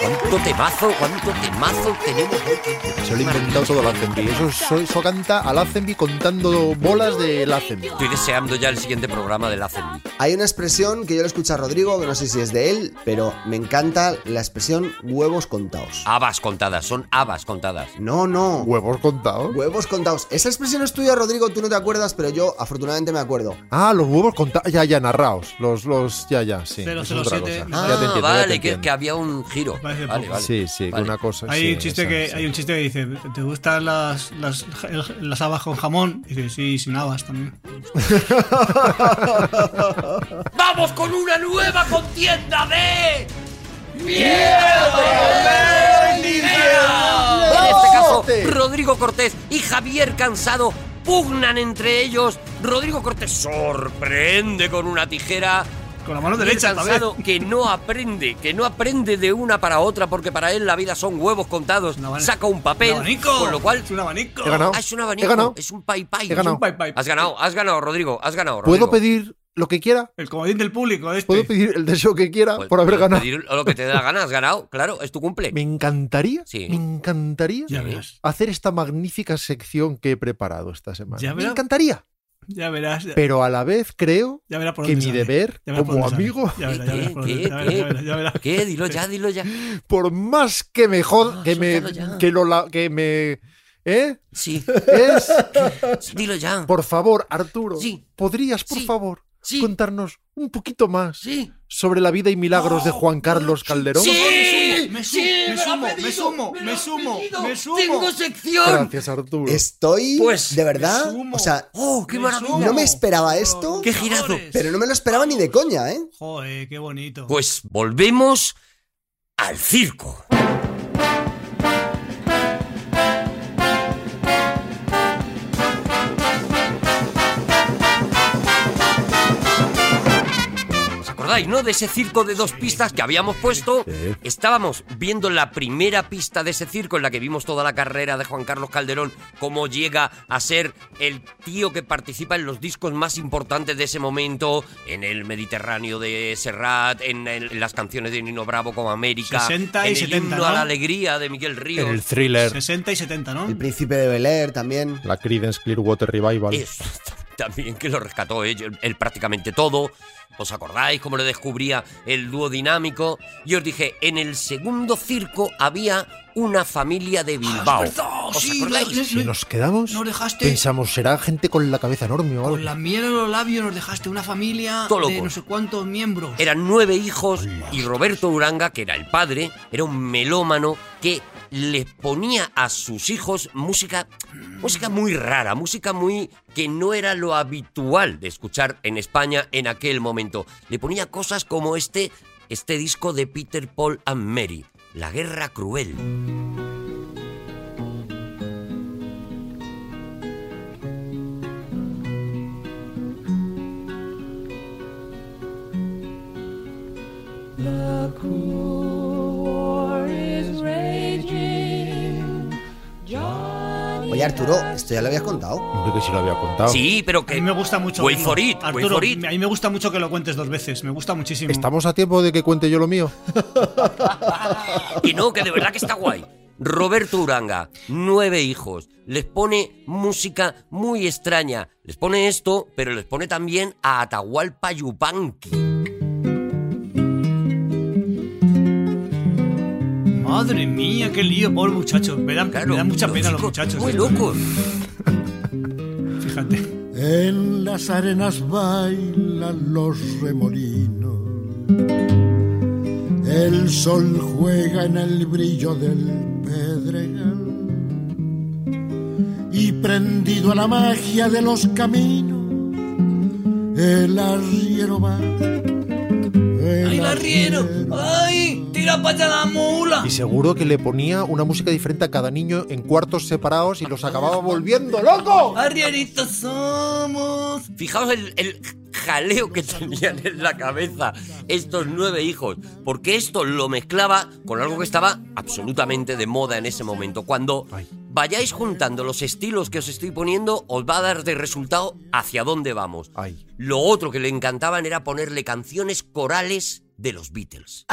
S2: ¡Cuánto temazo, cuánto temazo tenemos!
S3: Se lo he inventado todo Lazenby. Eso, so- eso canta a Lazenby contando bolas de Lazenby.
S2: Estoy deseando ya el siguiente programa del Lazenby.
S4: Hay una expresión que yo le escucho a Rodrigo, que no sé si es de él, pero me encanta la expresión huevos contados.
S2: Habas contadas, son habas contadas.
S4: No, no.
S3: Huevos contados.
S4: Huevos contados. Esa expresión es tuya, Rodrigo, tú no te acuerdas, pero yo afortunadamente me acuerdo.
S3: Ah, los huevos contados. Ya, ya, narraos. Los, los, ya, ya, sí.
S5: Cero,
S3: es
S5: cero,
S3: otra
S5: siete.
S3: cosa.
S2: Ah,
S3: Ya te entiendo, ya te
S2: vale, que,
S3: entiendo.
S2: que había un giro.
S5: Parece
S2: Vale,
S5: poco.
S2: vale.
S3: Sí, sí, que
S2: Vale.
S3: una cosa.
S5: Hay,
S3: sí,
S5: un chiste
S3: esa,
S5: que,
S3: sí.
S5: hay un chiste que dice, ¿te gustan las, las, el- las habas con jamón? Y dice, sí, sin habas también.
S2: ¡Vamos con una nueva contienda de... En este caso, Rodrigo Cortés y Javier Cansado pugnan entre ellos. Rodrigo Cortés sorprende con una tijera.
S5: Con la mano
S2: Javier
S5: derecha, esta vez.
S2: Cansado que no aprende, que no aprende de una para otra porque para él la vida son huevos contados.
S5: Un abanico.
S2: Saca un papel,
S5: Un abanico.
S2: con lo cual
S5: Es un abanico.
S3: He ganado.
S2: Ah, es un
S3: He
S2: abanico,
S3: ganado.
S2: es un pai pai.
S3: He ganado.
S5: Es un pai pai.
S2: Has ganado, has ganado, Rodrigo, has ganado.
S3: ¿Puedo
S2: Rodrigo.
S3: pedir lo que quiera?
S5: El comodín del público este.
S3: ¿Puedo pedir el deseo que quiera
S2: Pues,
S3: por haber
S2: puedes
S3: ganado?
S2: pedir lo que te dé la gana, has ganado, claro, es tu cumple.
S3: Me encantaría,
S2: Sí.
S3: me encantaría
S5: Ya verás.
S3: hacer esta magnífica sección que he preparado esta semana.
S5: Ya
S3: me
S5: verás.
S3: encantaría.
S5: Ya verás. Ya,
S3: Pero a la vez creo
S5: ya verás por
S3: que
S5: dónde
S3: mi
S5: sale.
S3: deber
S5: Ya verás por
S3: como
S5: dónde sale.
S3: amigo,
S5: Ya verás, ya verás por
S2: ¿Qué,
S5: dónde-
S2: qué,
S5: ya verás, ya
S2: qué?
S5: verás, ya verás.
S2: ¿Qué? Dilo ya, dilo ya.
S3: por más que me jod-
S2: Ah,
S3: que me
S2: suéltalo ya.
S3: que lo la- que me ¿eh?
S2: Sí,
S3: es
S2: dilo ya.
S3: por favor, Arturo,
S2: Sí.
S3: podrías por
S2: Sí.
S3: favor
S2: Sí.
S3: contarnos un poquito más
S2: Sí. Oh,
S3: sobre la vida y milagros de Juan Carlos Calderón.
S2: Sí,
S5: Me
S2: sí,
S5: sumo,
S2: me
S5: me sumo, me sumo, me sumo, me sumo.
S2: Tengo sección.
S3: Gracias, Arturo.
S4: Estoy,
S2: Pues,
S4: de verdad,
S5: me sumo.
S4: o sea,
S2: Oh, qué
S5: Me
S2: maravilla.
S5: sumo.
S4: no me esperaba esto,
S2: Qué girazo.
S4: pero no me lo esperaba ni de coña, ¿eh?
S5: Joder, qué bonito.
S2: Pues volvemos al circo. ¿Os acordáis, no? De ese circo de dos pistas que habíamos puesto. Estábamos viendo la primera pista de ese circo en la que vimos toda la carrera de Juan Carlos Calderón, cómo llega a ser el tío que participa en los discos más importantes de ese momento, en el Mediterráneo de Serrat, en, el- en las canciones de Nino Bravo como América,
S5: 60
S2: en
S5: y
S2: el
S5: 70,
S2: himno
S5: ¿no?
S2: a la alegría de Miguel Ríos.
S5: 60 y 70, ¿no?
S4: El príncipe de Bel Air también.
S3: La Creedence Clearwater Revival.
S2: Eso, también que lo rescató él, él prácticamente todo. ¿Os acordáis cómo le descubría el dúo dinámico? Y os dije, en el segundo circo había una familia de Bilbao.
S5: Oh,
S2: ¿Os acordáis?
S3: Si nos quedamos,
S5: Nos dejaste-
S3: pensamos, será gente con la cabeza enorme o algo.
S5: Con la miel en los labios nos dejaste una familia
S2: Todo
S5: de
S2: loco.
S5: no sé cuántos miembros.
S2: Eran nueve hijos y Roberto Uranga, que era el padre, era un melómano que les ponía a sus hijos música, música muy rara, música muy que no era lo habitual de escuchar en España en aquel momento. Le ponía cosas como este, este disco de Peter, Paul and Mary, La Guerra Cruel.
S12: The cruel war is raging.
S4: Oye, Arturo, esto ya lo habías contado.
S3: Hombre, que si lo había contado.
S2: Sí, pero que.
S5: Oh. A mí me gusta mucho.
S2: Wait
S5: verlo.
S2: for it, wait
S5: Arturo,
S2: for it.
S5: A mí me gusta mucho que lo cuentes dos veces. Me gusta muchísimo.
S3: ¿Estamos a tiempo de que cuente yo lo mío?
S2: Que no, que de verdad que está guay. Roberto Uranga, nueve hijos, les pone música muy extraña. Les pone esto, pero les pone también a Atahualpa Yupanqui.
S5: Madre mía, qué lío, pobre muchacho. Me da, me da mucha
S12: los
S5: pena los
S12: chicos
S5: muchachos.
S12: muy
S5: eh.
S12: locos.
S5: Fíjate.
S12: En las arenas bailan los remolinos. El sol juega en el brillo del pedregal. Y prendido a la magia de los caminos, el arriero va.
S5: ¡Ay, la arriero! ¡Ay! ¡Tira para allá la mula!
S3: Y seguro que le ponía una música diferente a cada niño en cuartos separados y los acababa volviendo loco.
S5: ¡Arrieritos somos!
S2: Fijaos el, el jaleo que tenían en la cabeza estos nueve hijos, porque esto lo mezclaba con algo que estaba absolutamente de moda en ese momento. Cuando vayáis juntando los estilos que os estoy poniendo, os va a dar de resultado hacia dónde vamos. Lo otro que le encantaban era ponerle canciones corales de los Beatles.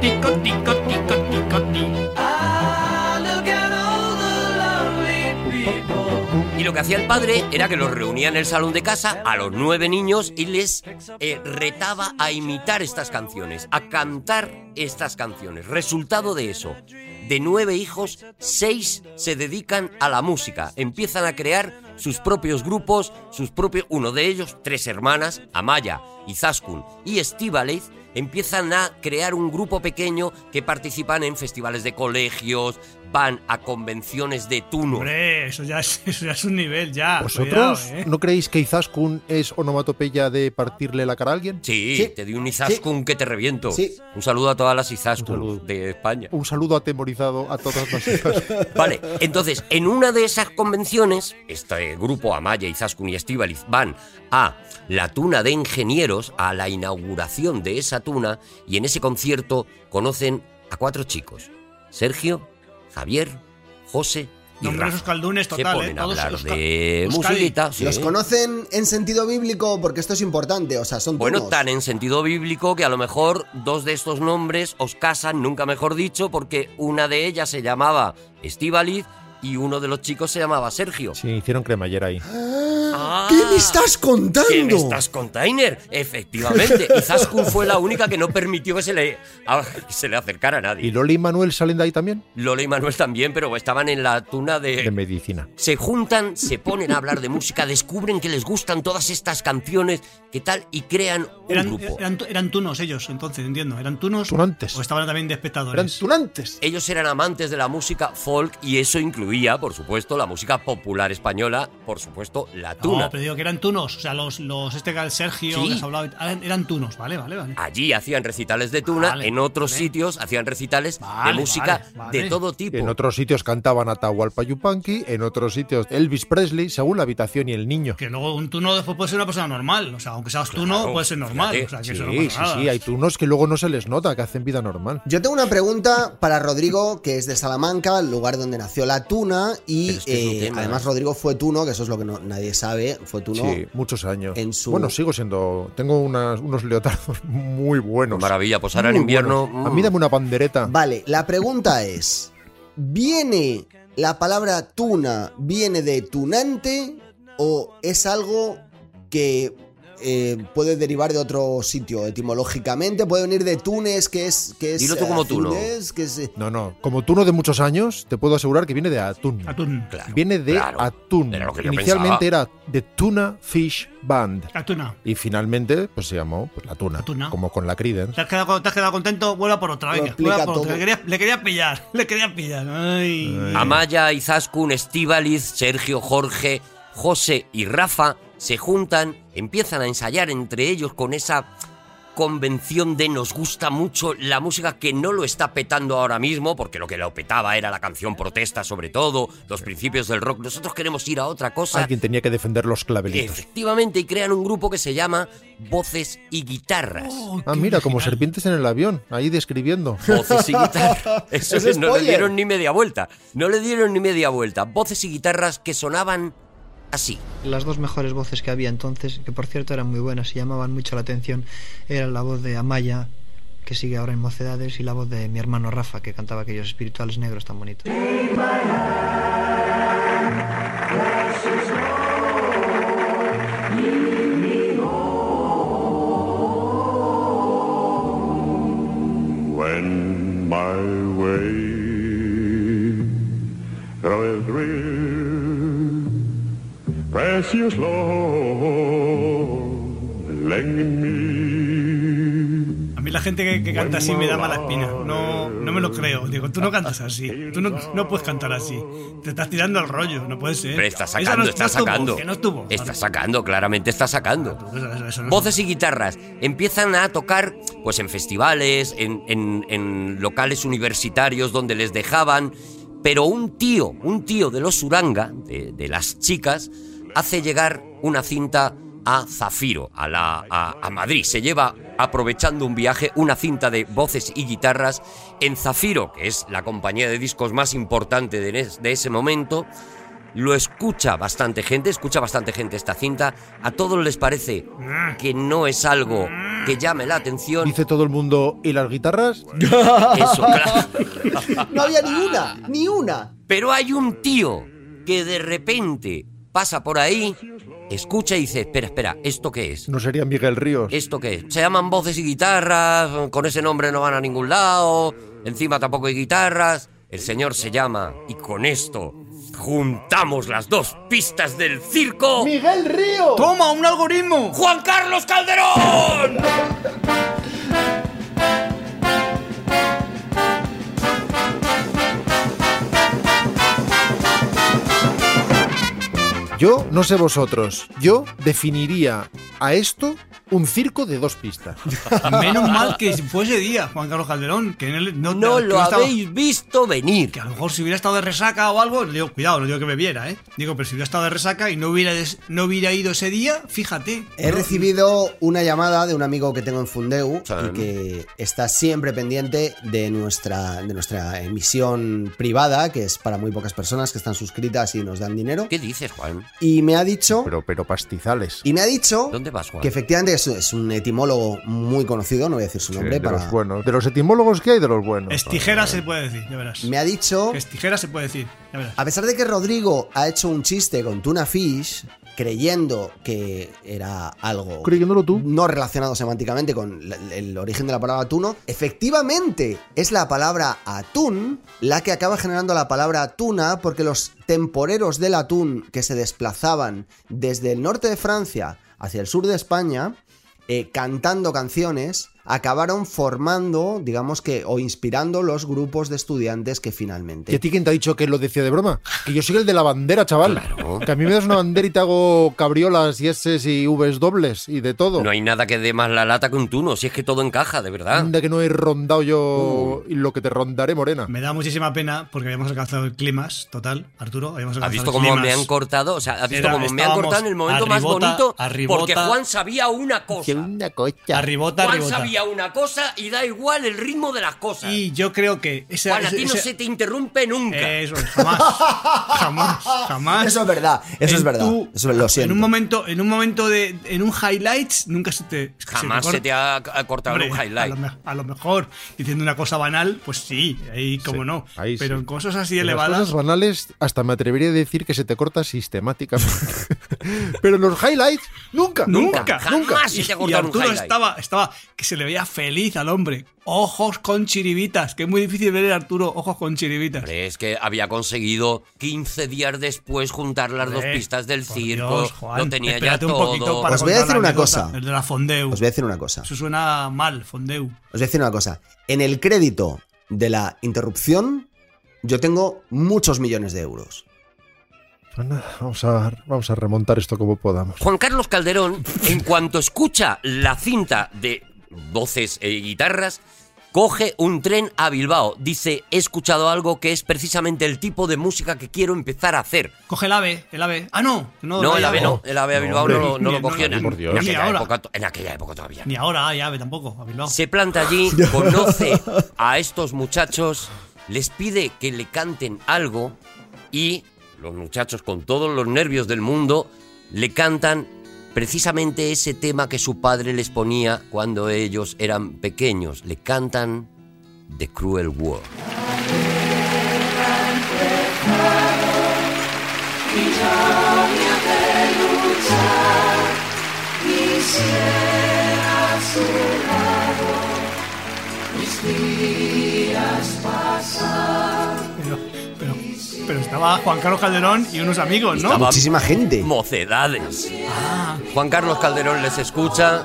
S12: Tico, tico, tico, tico, tico. Ah, look at all the lovely people.
S2: Y lo que hacía el padre era que los reunía en el salón de casa a los nueve niños y les eh, retaba a imitar estas canciones, a cantar estas canciones. Resultado de eso, de nueve hijos, seis se dedican a la música, empiezan a crear sus propios grupos, sus propios, uno de ellos, tres hermanas, Amaya, Izaskun y Estíbaliz, empiezan a crear un grupo pequeño que participan en festivales de colegios, van a convenciones de tuno.
S5: Hombre, eso ya es, eso ya es un nivel, ya.
S3: ¿Vosotros
S5: cuidado, eh.
S3: no creéis que Izaskun es onomatopeya de partirle la cara a alguien?
S2: Sí, te di un Izaskun que te reviento.
S3: Sí.
S2: Un saludo a todas las Izaskun de España.
S3: Un saludo atemorizado a todas las Izaskun.
S2: Vale, entonces, en una de esas convenciones, este grupo Amaya, Izaskun y Estíbaliz van a la tuna de ingenieros, a la inauguración de esa tuna, y en ese concierto conocen a cuatro chicos: Sergio, Javier, José y
S5: Nombres
S2: Rafa.
S5: esos caldunes,
S2: Se
S5: total,
S2: ponen
S5: eh,
S2: a
S5: todos
S2: hablar
S5: los ca-
S2: de
S5: los cali.
S2: musiquita. sí.
S4: ¿Los conocen en sentido bíblico? Porque esto es importante, o sea, son
S2: Bueno,
S4: todos.
S2: tan en sentido bíblico que a lo mejor dos de estos nombres os casan, nunca mejor dicho, porque una de ellas se llamaba Estíbaliz y uno de los chicos se llamaba Sergio. Ah.
S3: Sí, hicieron cremallera ahí.
S4: ¿Qué me estás contando?
S2: ¿Qué me estás container? Efectivamente, Izaskun fue la única que no permitió que se le, a- que se le acercara a nadie.
S3: ¿Y Loli y Manuel salen de ahí también?
S2: Lola y Manuel también, pero estaban en la tuna
S3: De medicina.
S2: se juntan, se ponen a hablar de música, descubren que les gustan todas estas canciones, qué tal, y crean un
S5: Eran,
S2: grupo.
S5: eran, eran tunos ellos, entonces, entiendo. Eran tunos.
S3: Tunantes. Pues,
S5: O estaban también de espectadores.
S3: tunantes.
S2: Ellos eran amantes de la música folk y eso incluía incluía, por supuesto, la música popular española, por supuesto, la tuna.
S5: No, Ah, pero digo que eran tunos. O sea, los, los este que el Sergio
S2: Sí.
S5: que has hablado, eran, eran tunos, vale, vale, vale.
S2: Allí hacían recitales de tuna,
S5: Vale,
S2: en otros sitios hacían recitales de
S5: Vale,
S2: música
S5: vale, vale.
S2: de todo tipo.
S3: En otros sitios cantaban Atahualpa Yupanqui, en otros sitios Elvis Presley, según la habitación y el niño.
S5: Que luego un tuno después puede ser una persona normal. O sea, aunque seas tuno, puede ser normal.
S3: fíjate.
S5: o sea, que
S3: Sí,
S5: eso no
S3: sí,
S5: pasa nada.
S3: sí, hay turnos que luego no se les nota, que hacen vida normal.
S4: Yo tengo una pregunta para Rodrigo, que es de Salamanca, el lugar donde nació la tuna. Y
S3: es que es un
S4: eh,
S3: tema.
S4: además Rodrigo fue tuno, que eso es lo que no- nadie sabe. Fue tuno.
S3: Sí, muchos años.
S4: en su-
S3: Bueno, sigo siendo. Tengo unas- unos leotardos muy buenos.
S2: Maravilla, pues ahora en
S3: Muy
S2: invierno,
S3: buenos.
S2: mm.
S3: A mí dame una pandereta.
S4: Vale, la pregunta es: ¿viene la palabra tuna, viene de tunante o es algo que eh, puede derivar de otro sitio etimológicamente? ¿Puede venir de Túnez, que es. Que es
S3: Dilo tú como
S4: eh,
S3: tuno.
S4: Túnez, que es-
S3: No, no. Como turno de muchos años, te puedo asegurar que viene de atún.
S5: Atún.
S3: viene de atún.
S5: Era lo que yo
S3: Inicialmente
S5: pensaba.
S3: era The Tuna Fish Band.
S5: Atuna.
S3: Y finalmente, pues se llamó pues, la, tuna,
S5: tuna.
S3: Como con la Creedence.
S5: ¿Te has, quedado, te has quedado contento? Vuela por otra, venga.
S3: explica
S5: Vuela por otra.
S3: todo.
S5: Le quería, le quería pillar, le quería pillar. Ay.
S2: Amaya, Izaskun, Estíbaliz, Sergio, Jorge, José y Rafa se juntan, empiezan a ensayar entre ellos con esa convención de nos gusta mucho la música que no lo está petando ahora mismo, porque lo que lo petaba era la canción protesta sobre todo, los principios del rock. Nosotros queremos ir a otra cosa.
S3: Alguien tenía que defender los clavelitos.
S2: Efectivamente, y crean un grupo que se llama Voces y Guitarras.
S3: Ah, mira, como serpientes en el avión, ahí describiendo.
S2: Voces y guitarras. Eso
S3: Es
S2: es, no le
S3: spoiler.
S2: dieron ni media vuelta. No le dieron ni media vuelta. Voces y guitarras que sonaban así.
S13: Las dos mejores voces que había entonces, que por cierto eran muy buenas y llamaban mucho la atención, eran la voz de Amaya, que sigue ahora en Mocedades, y la voz de mi hermano Rafa, que cantaba aquellos espirituales negros tan bonitos.
S14: When my way groweth drear, precious Lord, lend me.
S5: A mí la gente que, que canta así me da mala espina. No, no me lo creo. Digo, tú no cantas así. Tú no, no puedes cantar así. Te estás tirando el rollo. No puede ser.
S2: Pero está
S5: Eh, Esa
S2: sacando,
S5: no-
S2: está
S5: no es tu voz,
S2: sacando.
S5: que no es tu voz.
S2: Está sacando, claramente está sacando.
S5: Eso- eso no es-
S2: Voces y guitarras empiezan a tocar pues en festivales, en, en- en locales universitarios donde les dejaban, pero un tío, un tío de los Uranga, de, de las chicas, hace llegar una cinta a Zafiro, a, la, a, a Madrid. Se lleva, aprovechando un viaje, una cinta de voces y guitarras en Zafiro, que es la compañía de discos más importante de es- de ese momento. Lo escucha bastante gente, escucha bastante gente esta cinta. A todos les parece que no es algo que llame la atención.
S3: Dice todo el mundo, ¿y las guitarras?
S2: Eso, claro.
S4: No había ni una, ni una.
S2: Pero hay un tío que de repente pasa por ahí, escucha y dice, espera, espera, ¿esto qué es?
S3: No sería Miguel Ríos.
S2: ¿Esto qué es? Se llaman voces y guitarras, con ese nombre no van a ningún lado, encima tampoco hay guitarras. El señor se llama y con esto juntamos las dos pistas del circo.
S12: ¡Miguel Río!
S5: ¡Toma, un algoritmo!
S2: ¡Juan Carlos Calderón!
S3: Yo no sé vosotros, yo definiría a esto un circo de dos pistas.
S5: Menos mal que fue ese día, Juan Carlos Calderón, que en él no,
S2: No
S5: que
S2: lo
S5: estaba-
S2: habéis visto venir.
S5: Que a lo mejor si hubiera estado de resaca o algo, le digo, cuidado, no digo que me viera, ¿eh? Digo, pero si hubiera estado de resaca y no hubiera, des- no hubiera ido ese día, fíjate.
S4: He
S5: No-
S4: recibido una llamada de un amigo que tengo en Fundeu y que está siempre pendiente de nuestra, de nuestra emisión privada, que es para muy pocas personas que están suscritas y nos dan dinero.
S2: ¿Qué dices, Juan?
S4: Y me ha dicho.
S3: Pero, pero pastizales.
S4: Y me ha dicho
S2: ¿Dónde vas, Juan?
S4: que efectivamente es, es un etimólogo muy conocido, no voy a decir su
S3: Sí,
S4: nombre
S3: de
S4: para.
S3: los buenos. De los etimólogos que hay, de los buenos.
S5: Es tijera se puede decir, ya verás.
S4: Me ha dicho.
S5: Es tijera se puede decir, ya verás.
S4: A pesar de que Rodrigo ha hecho un chiste con Tuna Fish, creyendo que era algo
S3: Creyéndolo tú.
S4: no relacionado semánticamente con la- el origen de la palabra atuno, efectivamente es la palabra atún la que acaba generando la palabra tuna porque los temporeros del atún que se desplazaban desde el norte de Francia hacia el sur de España eh, cantando canciones acabaron formando, digamos que, o inspirando los grupos de estudiantes que finalmente.
S3: ¿Y a ti quién te ha dicho que lo decía de broma? Que yo soy el de la bandera, chaval. Que a mí me das una bandera y te hago cabriolas y S y Vs dobles y de todo.
S2: No hay nada que dé más la lata que un tuno, si es que todo encaja, de verdad.
S3: Anda que no he rondado
S2: Uh.
S3: yo lo que te rondaré, Morena.
S5: Me da muchísima pena porque habíamos alcanzado el clímax total, Arturo. Habíamos alcanzado
S2: ¿Has visto
S5: el
S2: cómo me
S5: clímax.
S2: han cortado? O sea, ¿has visto
S5: Era-
S2: cómo me han
S5: estábamos
S2: cortado en el momento más
S5: arribota,
S2: bonito?
S5: arribota.
S2: Porque Juan sabía una cosa.
S5: Arribota,
S2: Juan
S5: arribota.
S2: sabía una cosa y da igual el ritmo de las cosas.
S5: Y yo creo que esa,
S2: Juan, a
S5: ese-
S2: ti no
S5: ese-
S2: se te interrumpe nunca.
S5: Eso es, jamás. Jamás, jamás.
S4: Eso es verdad, eso
S5: En
S4: es verdad.
S5: tu-
S4: eso lo
S5: En
S4: siento.
S5: un momento, en un momento de. En un highlights, nunca se te. es que
S2: Jamás
S5: corta.
S2: se te ha ha cortado
S5: Hombre,
S2: un
S5: A lo,
S2: highlight.
S5: me- a lo mejor diciendo una cosa banal, pues sí, ahí como no. Pero en cosas así
S3: En Las
S5: elevadas.
S3: cosas banales, hasta me atrevería a decir que se te corta sistemáticamente. Pero en los highlights, nunca.
S5: Nunca,
S3: nunca.
S5: jamás.
S2: se te ha
S5: y
S2: cortado un
S5: Arturo
S2: highlight.
S5: estaba, estaba, que se le veía feliz al hombre. Ojos con chiribitas, que es muy difícil ver a Arturo ojos con chiribitas.
S2: Hombre, Es que había conseguido 15 días después juntar las dos
S5: Hombre,
S2: pistas del
S5: Eh, por
S2: circo.
S5: Dios, Juan,
S2: lo tenía ya
S5: espérate un poquito
S2: todo.
S5: para
S4: Os voy a
S5: contar
S4: decir
S5: la
S4: una
S5: anécdota,
S4: cosa.
S5: el de la Fondeu.
S4: Os voy a decir una cosa.
S5: Eso suena mal, Fondeu.
S4: Os voy a decir una cosa. En el crédito de la interrupción, yo tengo muchos millones de euros.
S3: Pues nada, vamos a, vamos a remontar esto como podamos.
S2: Juan Carlos Calderón, en cuanto escucha la cinta de voces e guitarras, coge un tren a Bilbao. Dice, he escuchado algo que es precisamente el tipo de música que quiero empezar a hacer.
S5: Coge el ave, el ave. Ah, no. No,
S2: No,
S5: hay
S2: el AVE no. El AVE a
S5: No,
S2: Bilbao
S5: hombre,
S2: no, lo- no
S5: ni-
S2: lo cogió en,
S5: ni-
S2: en
S5: ni
S2: aquella
S5: ahora.
S2: época, en aquella época todavía.
S5: Ni ahora hay ave tampoco, a Bilbao.
S2: Se planta allí, conoce a estos muchachos, les pide que le canten algo y los muchachos con todos los nervios del mundo le cantan precisamente ese tema que su padre les ponía cuando ellos eran pequeños. Le cantan The Cruel World.
S12: Quisiera a su lado mis días pasar.
S5: Pero, pero, pero estaba Juan Carlos Calderón y unos amigos, ¿no?
S2: Estaba Muchísima
S4: gente.
S2: Mocedades. Juan Carlos Calderón les escucha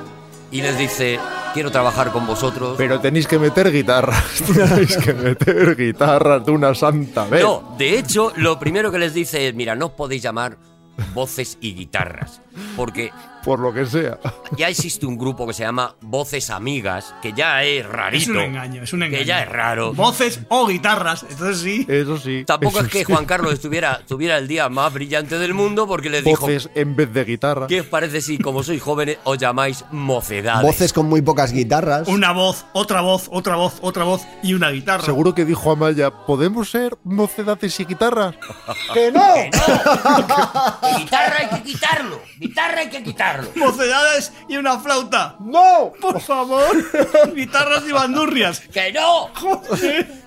S2: y les dice, quiero trabajar con vosotros.
S3: Pero tenéis que meter guitarras. Tenéis que meter guitarras de una santa vez.
S2: No, de hecho, lo primero que les dice es, mira, no os podéis llamar voces y guitarras, porque
S3: Por lo que sea.
S2: ya existe un grupo que se llama Voces Amigas, que ya es
S5: Es
S2: rarito.
S5: un engaño, es un engaño.
S2: Que ya es raro.
S5: Voces o guitarras, entonces sí.
S3: Eso sí.
S2: Tampoco
S3: eso
S2: es que
S3: sí.
S2: Juan Carlos estuviera tuviera el día más brillante del mundo porque les dijo,
S3: Voces en vez de guitarra.
S2: ¿qué os parece si como sois jóvenes os llamáis mocedades?
S4: Voces con muy pocas guitarras.
S5: Una voz, otra voz, otra voz, otra voz y una guitarra.
S3: Seguro que dijo Amaya, ¿podemos ser mocedades y guitarras?
S4: ¡Que no!
S2: Guitarra hay que quitarlo, guitarra hay que quitarlo.
S5: Mocedades y una flauta.
S3: ¡No!
S5: Por favor. Guitarras y bandurrias.
S2: ¡Que no!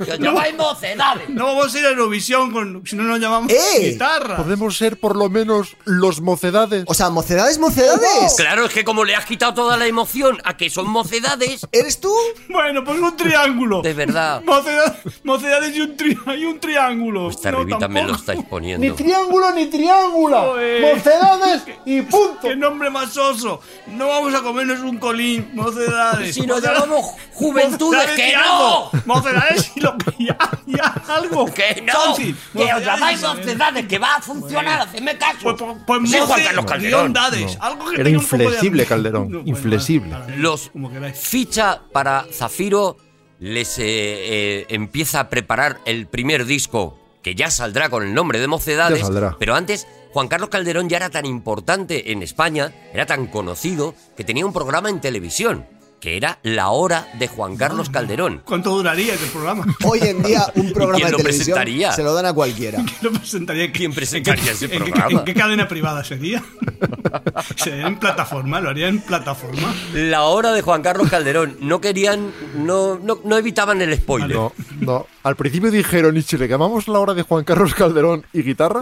S2: ¡Que os llamáis
S5: no,
S2: mocedades!
S5: no vamos a ir a Eurovisión con, si no nos llamamos
S4: ¡Eh!
S5: guitarra.
S3: ¿Podemos ser por lo menos los mocedades?
S4: O sea, mocedades, mocedades.
S2: Claro, es que como le has quitado toda la emoción a que son mocedades,
S4: ¿Eres tú?
S5: Bueno, pues un triángulo.
S2: de verdad.
S5: Mocedades, mocedades y, un tri- y un triángulo.
S2: Esta
S5: No,
S2: revista Pues me lo
S5: tampoco.
S2: estáis poniendo.
S3: triángulo ni triángula!
S5: Joder.
S3: ¡Mocedades y punto!
S5: ¡Qué nombre más oso! No vamos a comernos un colín, mocedades.
S2: Si nos
S5: Mocedades-
S2: llamamos Juventudes,
S5: mocedades
S2: que
S5: y
S2: no.
S5: algo. Mocedades y lo que ya, ya algo.
S2: Que no.
S5: Something.
S2: Que os llamáis
S5: Mocedades,
S2: mocedades, que va a funcionar, hacedme
S5: Pues,
S2: caso.
S5: pues, pues
S2: Sí, Juan
S5: moce-
S2: Carlos
S5: guión
S2: Calderón.
S5: dades, algo que
S3: Era
S5: tenga un poco de-
S3: inflexible, Calderón,
S5: bueno,
S3: inflexible.
S5: nada, nada,
S2: Los
S5: como queráis.
S2: ficha para Zafiro, les eh, eh, empieza a preparar el primer disco que ya saldrá con el nombre de Mocedades,
S3: Ya saldrá.
S2: pero antes Juan Carlos Calderón ya era tan importante en España, era tan conocido que tenía un programa en televisión que era La Hora de Juan
S5: Ah.
S2: Carlos Calderón.
S5: ¿Cuánto duraría este programa?
S4: Hoy en día un
S2: quién
S4: programa de
S2: lo
S4: televisión
S2: presentaría?
S4: se lo dan a cualquiera.
S5: Lo presentaría
S2: ¿Quién presentaría ese
S5: ¿En qué-
S2: programa?
S5: ¿En qué cadena privada sería? ¿Sería en plataforma? ¿Lo haría en plataforma?
S2: La hora de Juan Carlos Calderón. No querían, no, no, no evitaban el spoiler.
S3: Ah, No, no. Al principio dijeron, ¿y si le llamamos la hora de Juan Carlos Calderón y guitarra?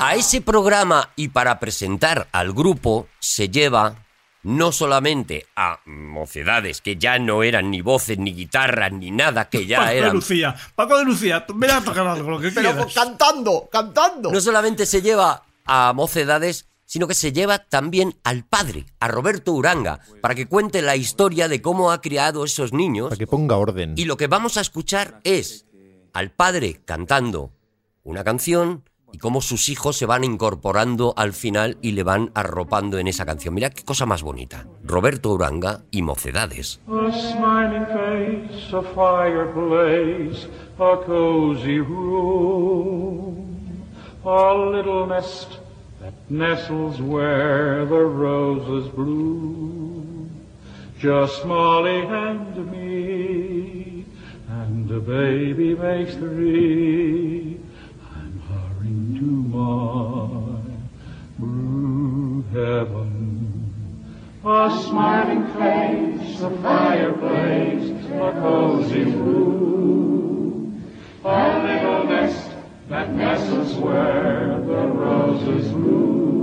S2: A ese programa y para presentar al grupo se lleva no solamente a mocedades que ya no eran ni voces, ni guitarras, ni nada, que ya
S5: Paco de
S2: eran...
S5: Lucía, Paco de Lucía, ven a tocar algo, lo que
S4: Pero
S5: quieras.
S4: cantando, cantando.
S2: No solamente se lleva a mocedades, sino que se lleva también al padre, a Roberto Uranga, para que cuente la historia de cómo ha criado esos niños.
S3: Para que ponga orden.
S2: Y lo que vamos a escuchar es al padre cantando una canción y cómo sus hijos se van incorporando al final y le van arropando en esa canción. Mira qué cosa más bonita. Roberto Uranga y Mocedades.
S15: A smiling face, a fireplace, a cozy room, a little nest that nestles where the roses bloom. Just Molly and me, and the baby makes three. I'm hurrying to my blue heaven. A smiling face, a fireplace, a cozy room, a little nest that nestles where the roses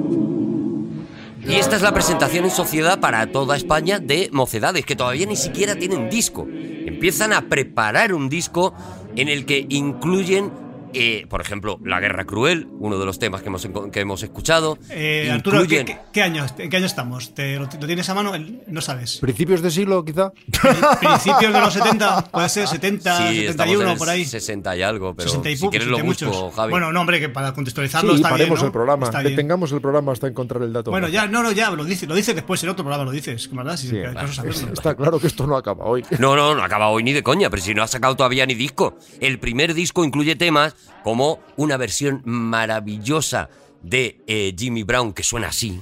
S15: bloom.
S2: Y esta es la presentación en sociedad para toda España de Mocedades, que todavía ni siquiera tienen disco. Empiezan a preparar un disco en el que incluyen, eh, por ejemplo, La Guerra Cruel, uno de los temas que hemos, enco- que hemos escuchado.
S5: Eh, Arturo, ¿qué,
S2: incluyen...
S5: qué, qué año, en qué año estamos? ¿Te, lo, lo tienes a mano? El- No sabes.
S3: ¿Principios de siglo, quizá?
S5: Principios de los 70, puede ser 70,
S2: Sí, estamos en
S5: 71,
S2: el
S5: por ahí.
S2: 60 y algo, pero
S5: 60 y
S2: si
S5: pu-
S2: quieres lo
S5: 60 y
S2: busco,
S5: muchos.
S2: Javi.
S5: Bueno, no, hombre, que para
S3: Sí,
S5: contextualizarlo está bien,
S3: paremos
S5: ¿no?
S3: el programa.
S5: Está bien.
S3: Detengamos el programa hasta encontrar el dato.
S5: Bueno, ya, no, no, ya, lo dices lo dices después, en otro programa lo dices, ¿verdad? Si
S3: Sí,
S5: que- no sabemos.
S3: está claro que esto no acaba hoy.
S2: No, no, no acaba hoy ni de coña, pero si no ha sacado todavía ni disco. El primer disco incluye temas como una versión maravillosa de eh, Jimmy Brown que suena así.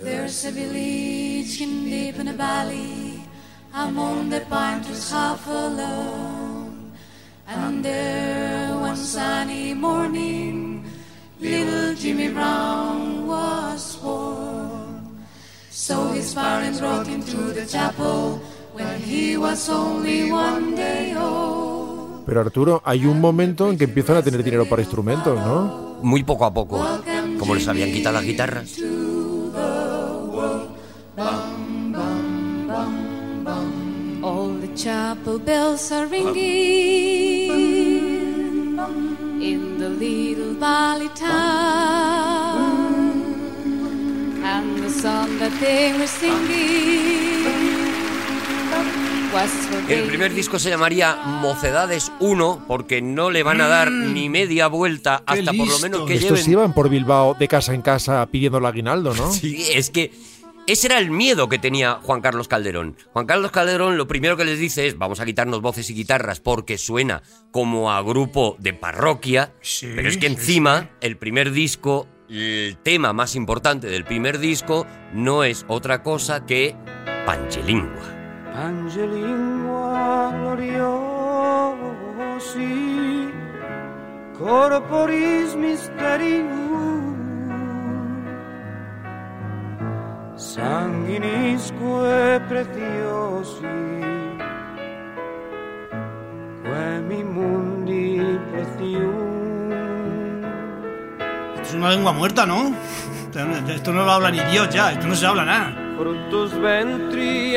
S16: There's a village in deep in a valley, among the pine trees half alone. And there one sunny morning, little Jimmy Brown was born. So his parents brought him to the chapel when he was only one day old.
S3: Pero Arturo, hay un momento en que empiezan a tener dinero para instrumentos, ¿no?
S2: Muy poco a poco. Como les habían quitado las guitarras.
S16: All the chapel bells are ringing in the little valley town, and the song that they were singing was for
S2: El
S16: baby
S2: primer disco se llamaría Mocedades 1 porque no le van a dar
S5: Mm.
S2: ni media vuelta hasta por lo menos que
S3: Estos
S2: lleven.
S3: iban por Bilbao de casa en casa pidiendo el aguinaldo, ¿no?
S2: Sí, es que ese era el miedo que tenía Juan Carlos Calderón. Juan Carlos Calderón lo primero que les dice es vamos a quitarnos voces y guitarras porque suena como a grupo de parroquia. pero es que
S5: sí,
S2: encima el primer disco, el tema más importante del primer disco no es otra cosa que Panchilingua.
S12: Angelingua gloriosi corporis mysterium sanguinisque preciosi quemi mundi precium
S5: Esto es una lengua muerta, ¿no? Esto no lo habla ni Dios ya, esto no se habla nada.
S12: Fructus ventri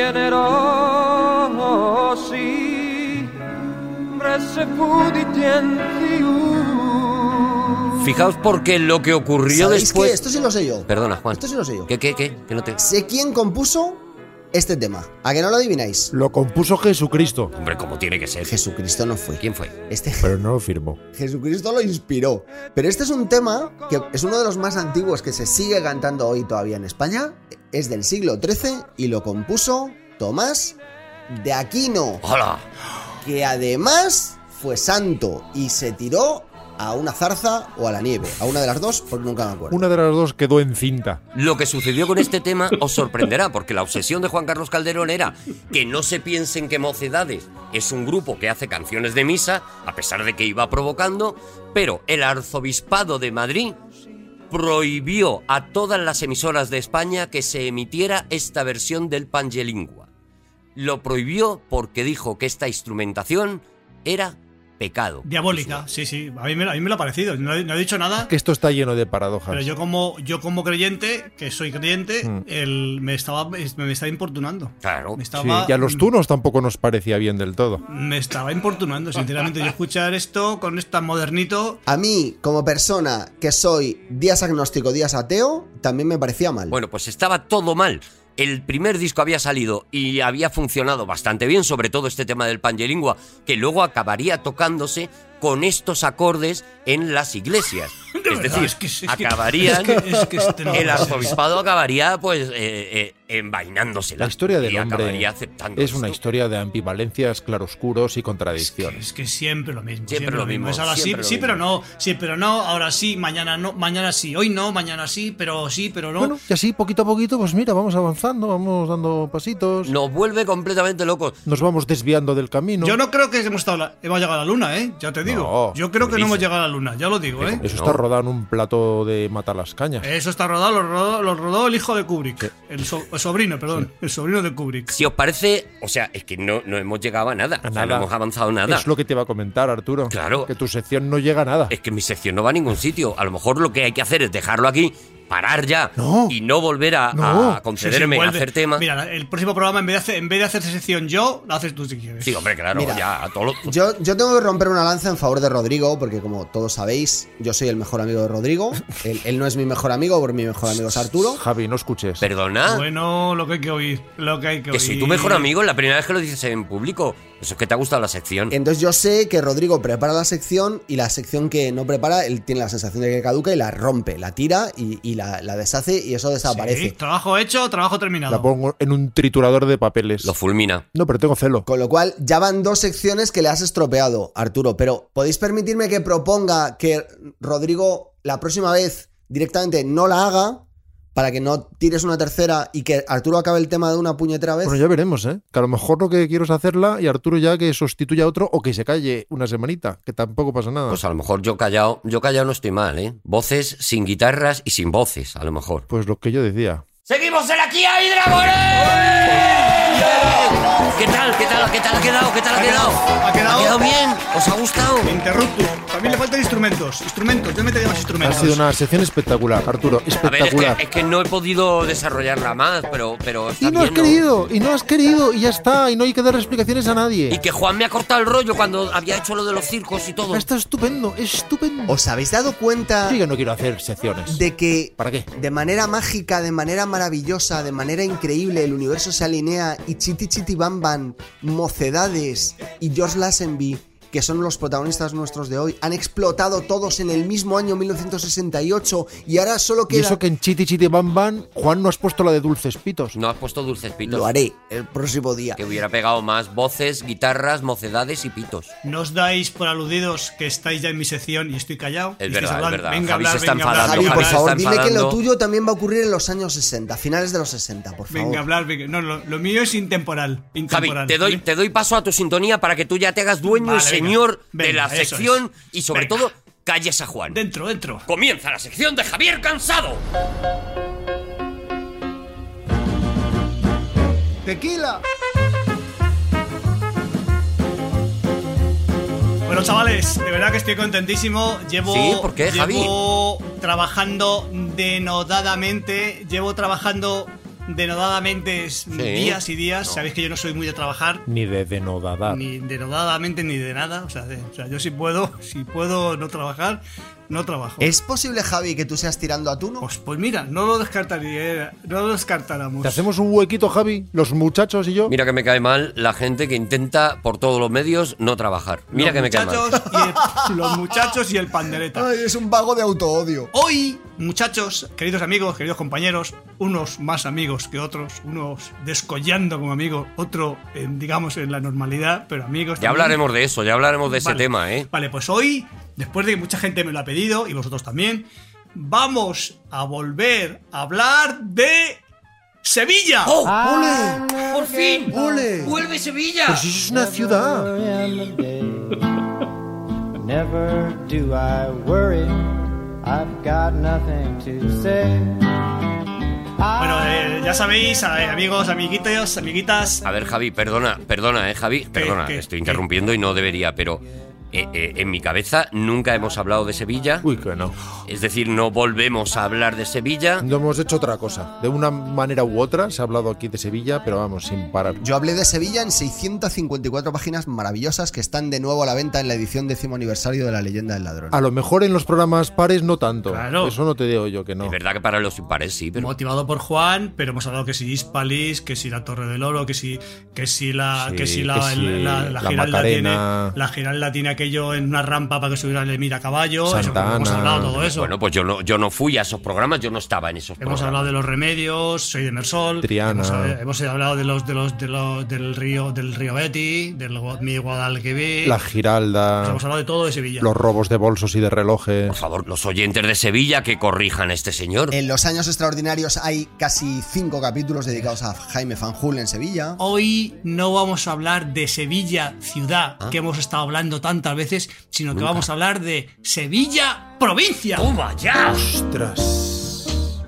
S12: generosi,
S15: e
S12: bresse puditientium.
S2: Fijaos porque lo que ocurrió
S4: ¿Sabéis
S2: después...
S4: qué? Esto sí lo sé yo.
S2: Perdona, Juan.
S4: Esto sí lo sé yo.
S2: ¿Qué, qué, qué? Que no te...
S4: Sé quién compuso este tema. ¿A que no lo adivináis?
S3: Lo compuso Jesucristo.
S2: Hombre, como tiene que ser.
S4: Jesucristo no fue.
S2: ¿Quién fue?
S4: Este
S3: Pero no lo firmó.
S4: Jesucristo lo inspiró. Pero este es un tema que es uno de los más antiguos que se sigue cantando hoy todavía en España. Es del siglo XIII y lo compuso Tomás de Aquino.
S2: ¡Hola!
S4: Que además fue santo y se tiró a una zarza o a la nieve. A una de las dos, porque nunca me acuerdo.
S3: Una de las dos quedó en cinta.
S2: Lo que sucedió con este tema os sorprenderá, porque la obsesión de Juan Carlos Calderón era que no se piensen que Mocedades es un grupo que hace canciones de misa, a pesar de que iba provocando, pero el arzobispado de Madrid prohibió a todas las emisoras de España que se emitiera esta versión del Pangelingua. Lo prohibió porque dijo que esta instrumentación era pecado.
S5: Diabólica, sí, sí. A mí me, lo- a mí me lo ha parecido. No he, no he dicho nada.
S3: Que esto está lleno de paradojas.
S5: Pero yo como, yo como creyente, que soy creyente,
S3: Mm.
S5: el- me, estaba, me, me estaba importunando.
S2: Claro.
S5: Me
S3: Sí,
S5: estaba,
S3: y a los tunos tampoco nos parecía bien del todo.
S5: me estaba importunando, sinceramente. Yo escuchar esto con esta modernito...
S4: A mí, como persona que soy días agnóstico, días ateo, también me parecía mal.
S2: Bueno, pues estaba todo mal. El primer disco había salido y había funcionado bastante bien, sobre todo este tema del pangelingua, que luego acabaría tocándose con estos acordes en las iglesias. es
S5: verdad,
S2: decir,
S5: es que- es que-
S2: acabarían.
S5: es que- es que este no
S2: el
S5: puede ser.
S2: arzobispado acabaría, pues, eh, eh, envainándosela.
S3: La historia del
S2: y
S3: hombre
S2: acabaría aceptando
S3: es una
S2: esto.
S3: historia de ambivalencias, claroscuros y contradicciones.
S5: Es que siempre lo mismo.
S2: Siempre lo mismo,
S5: Es ahora sí,
S2: siempre lo
S5: sí,
S2: mismo.
S5: pero no. Sí, pero no. Ahora sí, mañana no. Mañana sí. Hoy no, mañana sí, pero sí, pero no.
S3: Bueno, y así poquito a poquito, pues mira, vamos avanzando, vamos dando pasitos,
S2: Nos vuelve completamente locos.
S3: nos vamos desviando del camino.
S5: Yo no creo que hemos, estado la- hemos llegado a la luna, ¿eh? Ya te digo.
S3: No,
S5: Yo creo que
S3: dice.
S5: no hemos llegado a la luna, ya lo digo, ¿eh?
S3: Eso está rodado en un plato de matar las cañas.
S5: Eso está rodado, lo rodó, lo rodó el hijo de Kubrick. El, so- el sobrino, perdón. El sobrino de Kubrick.
S2: Si os parece, o sea, es que no, no hemos llegado a nada. O sea, no
S3: nada.
S2: hemos avanzado nada.
S3: Es lo que te iba a comentar, Arturo.
S2: Claro.
S3: Que tu sección no llega a nada.
S2: Es que mi sección no va a ningún sitio. A lo mejor lo que hay que hacer es dejarlo aquí, parar ya y no volver a,
S5: No.
S2: a concederme
S5: Sí, sí,
S2: a
S5: vuelve.
S2: hacer tema.
S5: Mira, la- el próximo programa, en vez de hacer, en vez de hacer sección yo, la haces tú si quieres.
S2: Sí, hombre, claro,
S4: Mira,
S2: ya a todo lo-
S4: Yo, yo tengo que romper una lanza en favor de Rodrigo, porque como todos sabéis, yo soy el mejor amigo de Rodrigo. Él, él no es mi mejor amigo, porque mi mejor amigo es Arturo.
S3: Javi, no escuches.
S2: Perdona,
S5: Bueno, lo que hay que oír. Lo que hay que,
S2: Ah. que
S5: oír.
S2: soy tu mejor amigo, es la primera vez que lo dices en público. Eso es que te ha gustado la sección.
S4: Entonces yo sé que Rodrigo prepara la sección y la sección que no prepara, él tiene la sensación de que caduca y la rompe, la tira y, y la, la deshace y eso
S5: Sí,
S4: desaparece.
S5: trabajo hecho, trabajo terminado.
S3: La pongo en un triturador de papeles.
S2: Lo fulmina.
S3: No, pero tengo celo.
S4: Con lo cual, ya van dos secciones que le has estropeado, Arturo. Pero, ¿podéis permitirme que proponga que Rodrigo la próxima vez directamente no la haga para que no tires una tercera y que Arturo acabe el tema de una puñetera vez?
S3: Bueno, ya veremos, ¿eh? Que a lo mejor lo que quiero es hacerla y Arturo ya que sustituya a otro o que se calle una semanita, que tampoco pasa nada.
S2: Pues a lo mejor yo callado, yo callado no estoy mal, ¿eh? Voces sin guitarras y sin voces, a lo mejor.
S3: Pues lo que yo decía.
S2: ¡Seguimos en aquí hay dragones! ¿Qué tal? ¿Qué tal? ¿Qué tal ha quedado? ¿Qué tal ha quedado?
S5: Ha quedado-
S2: ¿Ha quedado bien? ¿Os ha gustado?
S5: Interrupto. A mí le faltan instrumentos. Instrumentos. Yo metería más
S3: Ha
S5: instrumentos.
S3: sido una sección espectacular, Arturo,
S2: A ver, es
S3: espectacular.
S2: que, es que no he podido desarrollarla más, pero, pero está
S3: Y no has
S2: bien, ¿no?
S3: querido, y no has querido, y ya está, y no hay que dar explicaciones a
S2: Y
S3: nadie.
S2: que Juan me ha cortado el rollo cuando había hecho lo de los circos y todo.
S3: Está estupendo, estupendo.
S4: ¿Os habéis dado cuenta
S3: Sí que no quiero hacer secciones.
S4: de que
S3: ¿Para qué?
S4: de manera mágica, de manera maravillosa, de manera increíble, el universo se alinea y Chiti Chiti Bam Bam, Mocedades y George Lazenby, que son los protagonistas nuestros de hoy, han explotado todos en el mismo año 1968 y ahora solo
S3: Y
S4: queda...
S3: eso que en Chiti Chiti Bam Bam, Juan no has puesto la de dulces pitos.
S2: No has puesto dulces pitos.
S4: Lo haré el próximo día.
S2: Que hubiera pegado más voces, guitarras, mocedades y pitos.
S5: No os dais por aludidos que estáis ya en mi sección y estoy callado.
S2: Es verdad,
S5: Y estáis
S2: es
S5: hablando,
S2: verdad.
S5: Venga, a
S2: Javi se
S5: hablar,
S2: está
S5: venga, a hablar,
S2: enfadando,
S4: Javi,
S5: venga,
S4: por
S2: Javi se
S5: hablar,
S2: está
S4: favor, dime que lo
S2: enfadando.
S4: tuyo también va a ocurrir en los años 60, finales de los 60, por favor.
S5: Venga, hablar, venga. No, lo, lo mío es intemporal.
S2: Javi,
S5: intemporal
S2: te doy,
S5: ¿vale?
S2: te doy paso a tu sintonía para que tú ya te hagas dueño
S5: Vale,
S2: y
S5: venga.
S2: señor de la
S5: Venga, eso es.
S2: sección y sobre
S5: Venga.
S2: todo calles a Juan.
S5: Dentro, dentro.
S2: Comienza la sección de Javier Cansado.
S4: ¡Tequila!
S5: Bueno, chavales, de verdad que estoy contentísimo. Llevo,
S2: Sí, ¿por qué,
S5: llevo trabajando denodadamente. Llevo trabajando denodadamente es días y días. Sabéis que yo no soy muy de trabajar.
S3: Ni de
S2: Ah.
S3: denodadar.
S5: Ni denodadamente ni de nada. O sea, de- o sea, yo si puedo, si puedo no trabajar, no trabajo.
S4: ¿Es posible, Javi, que tú seas tirando a Tuno?
S5: Pues, pues mira, no lo descartaría, eh, no lo descartáramos.
S3: ¿Te hacemos un huequito, Javi? Los muchachos y yo.
S2: Mira que me cae mal la gente que intenta por todos los medios no trabajar. Mira
S5: Los
S2: que me cae mal.
S5: muchachos y el- los muchachos y el pandereta.
S4: Ay, es un vago de autoodio.
S5: Hoy, muchachos, queridos amigos, queridos compañeros, unos más amigos que otros, unos descollando como amigos, otro, en, digamos, en la normalidad, pero amigos.
S2: Ya
S5: también.
S2: hablaremos de eso, ya hablaremos de ese
S5: Vale.
S2: tema, ¿eh?
S5: Vale, pues hoy, después de que mucha gente me lo ha pedido, y vosotros también, vamos a volver a hablar de Sevilla.
S2: ¡Oh!
S3: ¡Ole!
S2: ¡Por fin!
S3: ¡Ole!
S2: ¡Vuelve Sevilla!
S3: Pero si eso es una ciudad.
S17: Never do I worry. I've got nothing to say.
S5: Bueno, eh, ya sabéis, a ver, amigos, amiguitos, amiguitas,
S2: A ver, Javi, perdona, perdona, eh, Javi, perdona,
S5: qué,
S2: estoy interrumpiendo y no debería, pero eh, eh, en mi cabeza nunca hemos hablado de Sevilla. Uy,
S3: que no.
S2: Es decir, no volvemos a hablar de Sevilla.
S3: No hemos hecho otra cosa. De una manera u otra se ha hablado aquí de Sevilla, pero vamos, sin parar.
S4: Yo hablé de Sevilla en 654 páginas maravillosas que están de nuevo a la venta en la edición décimo aniversario de La leyenda del ladrón.
S3: A lo mejor en los programas pares no tanto. Eso no te digo yo que no.
S2: Es verdad que para los impares sí, pero.
S5: Motivado por Juan, pero hemos hablado que si Hispalis, que si la Torre del Oro, que si, que si la,
S3: Sí,
S5: que si
S3: que
S5: la,
S3: si
S5: la- la
S3: la
S5: Giralda tiene,
S3: Macarena.
S5: la Giralda tiene aquello en una rampa para que subiera el Emir a caballo. eso,
S3: Santa
S5: hemos
S3: Ana.
S5: hablado todo eso.
S2: Bueno, pues yo no, yo no fui a esos programas, yo no estaba en esos
S5: Hemos
S2: programas.
S5: hablado de los remedios, soy de Mersol,
S3: Triana.
S5: Hemos, eh, hemos hablado de los, de los, de los, del río, del río Betty, del Gua- mi Guadalquivir.
S3: La
S5: Pues
S3: Giralda.
S5: hemos hablado de todo de Sevilla.
S3: Los robos de bolsos y de relojes.
S2: Por favor, los oyentes de Sevilla que corrijan a este señor.
S4: En los años extraordinarios hay casi cinco capítulos dedicados a Jaime Fanjul en Sevilla.
S5: Hoy no vamos a hablar de Sevilla ciudad,
S4: Ah.
S5: que hemos estado hablando tantas veces, sino que
S4: Nunca.
S5: vamos a hablar de Sevilla provincia.
S2: ¡Toma ya!
S3: ¡Ostras!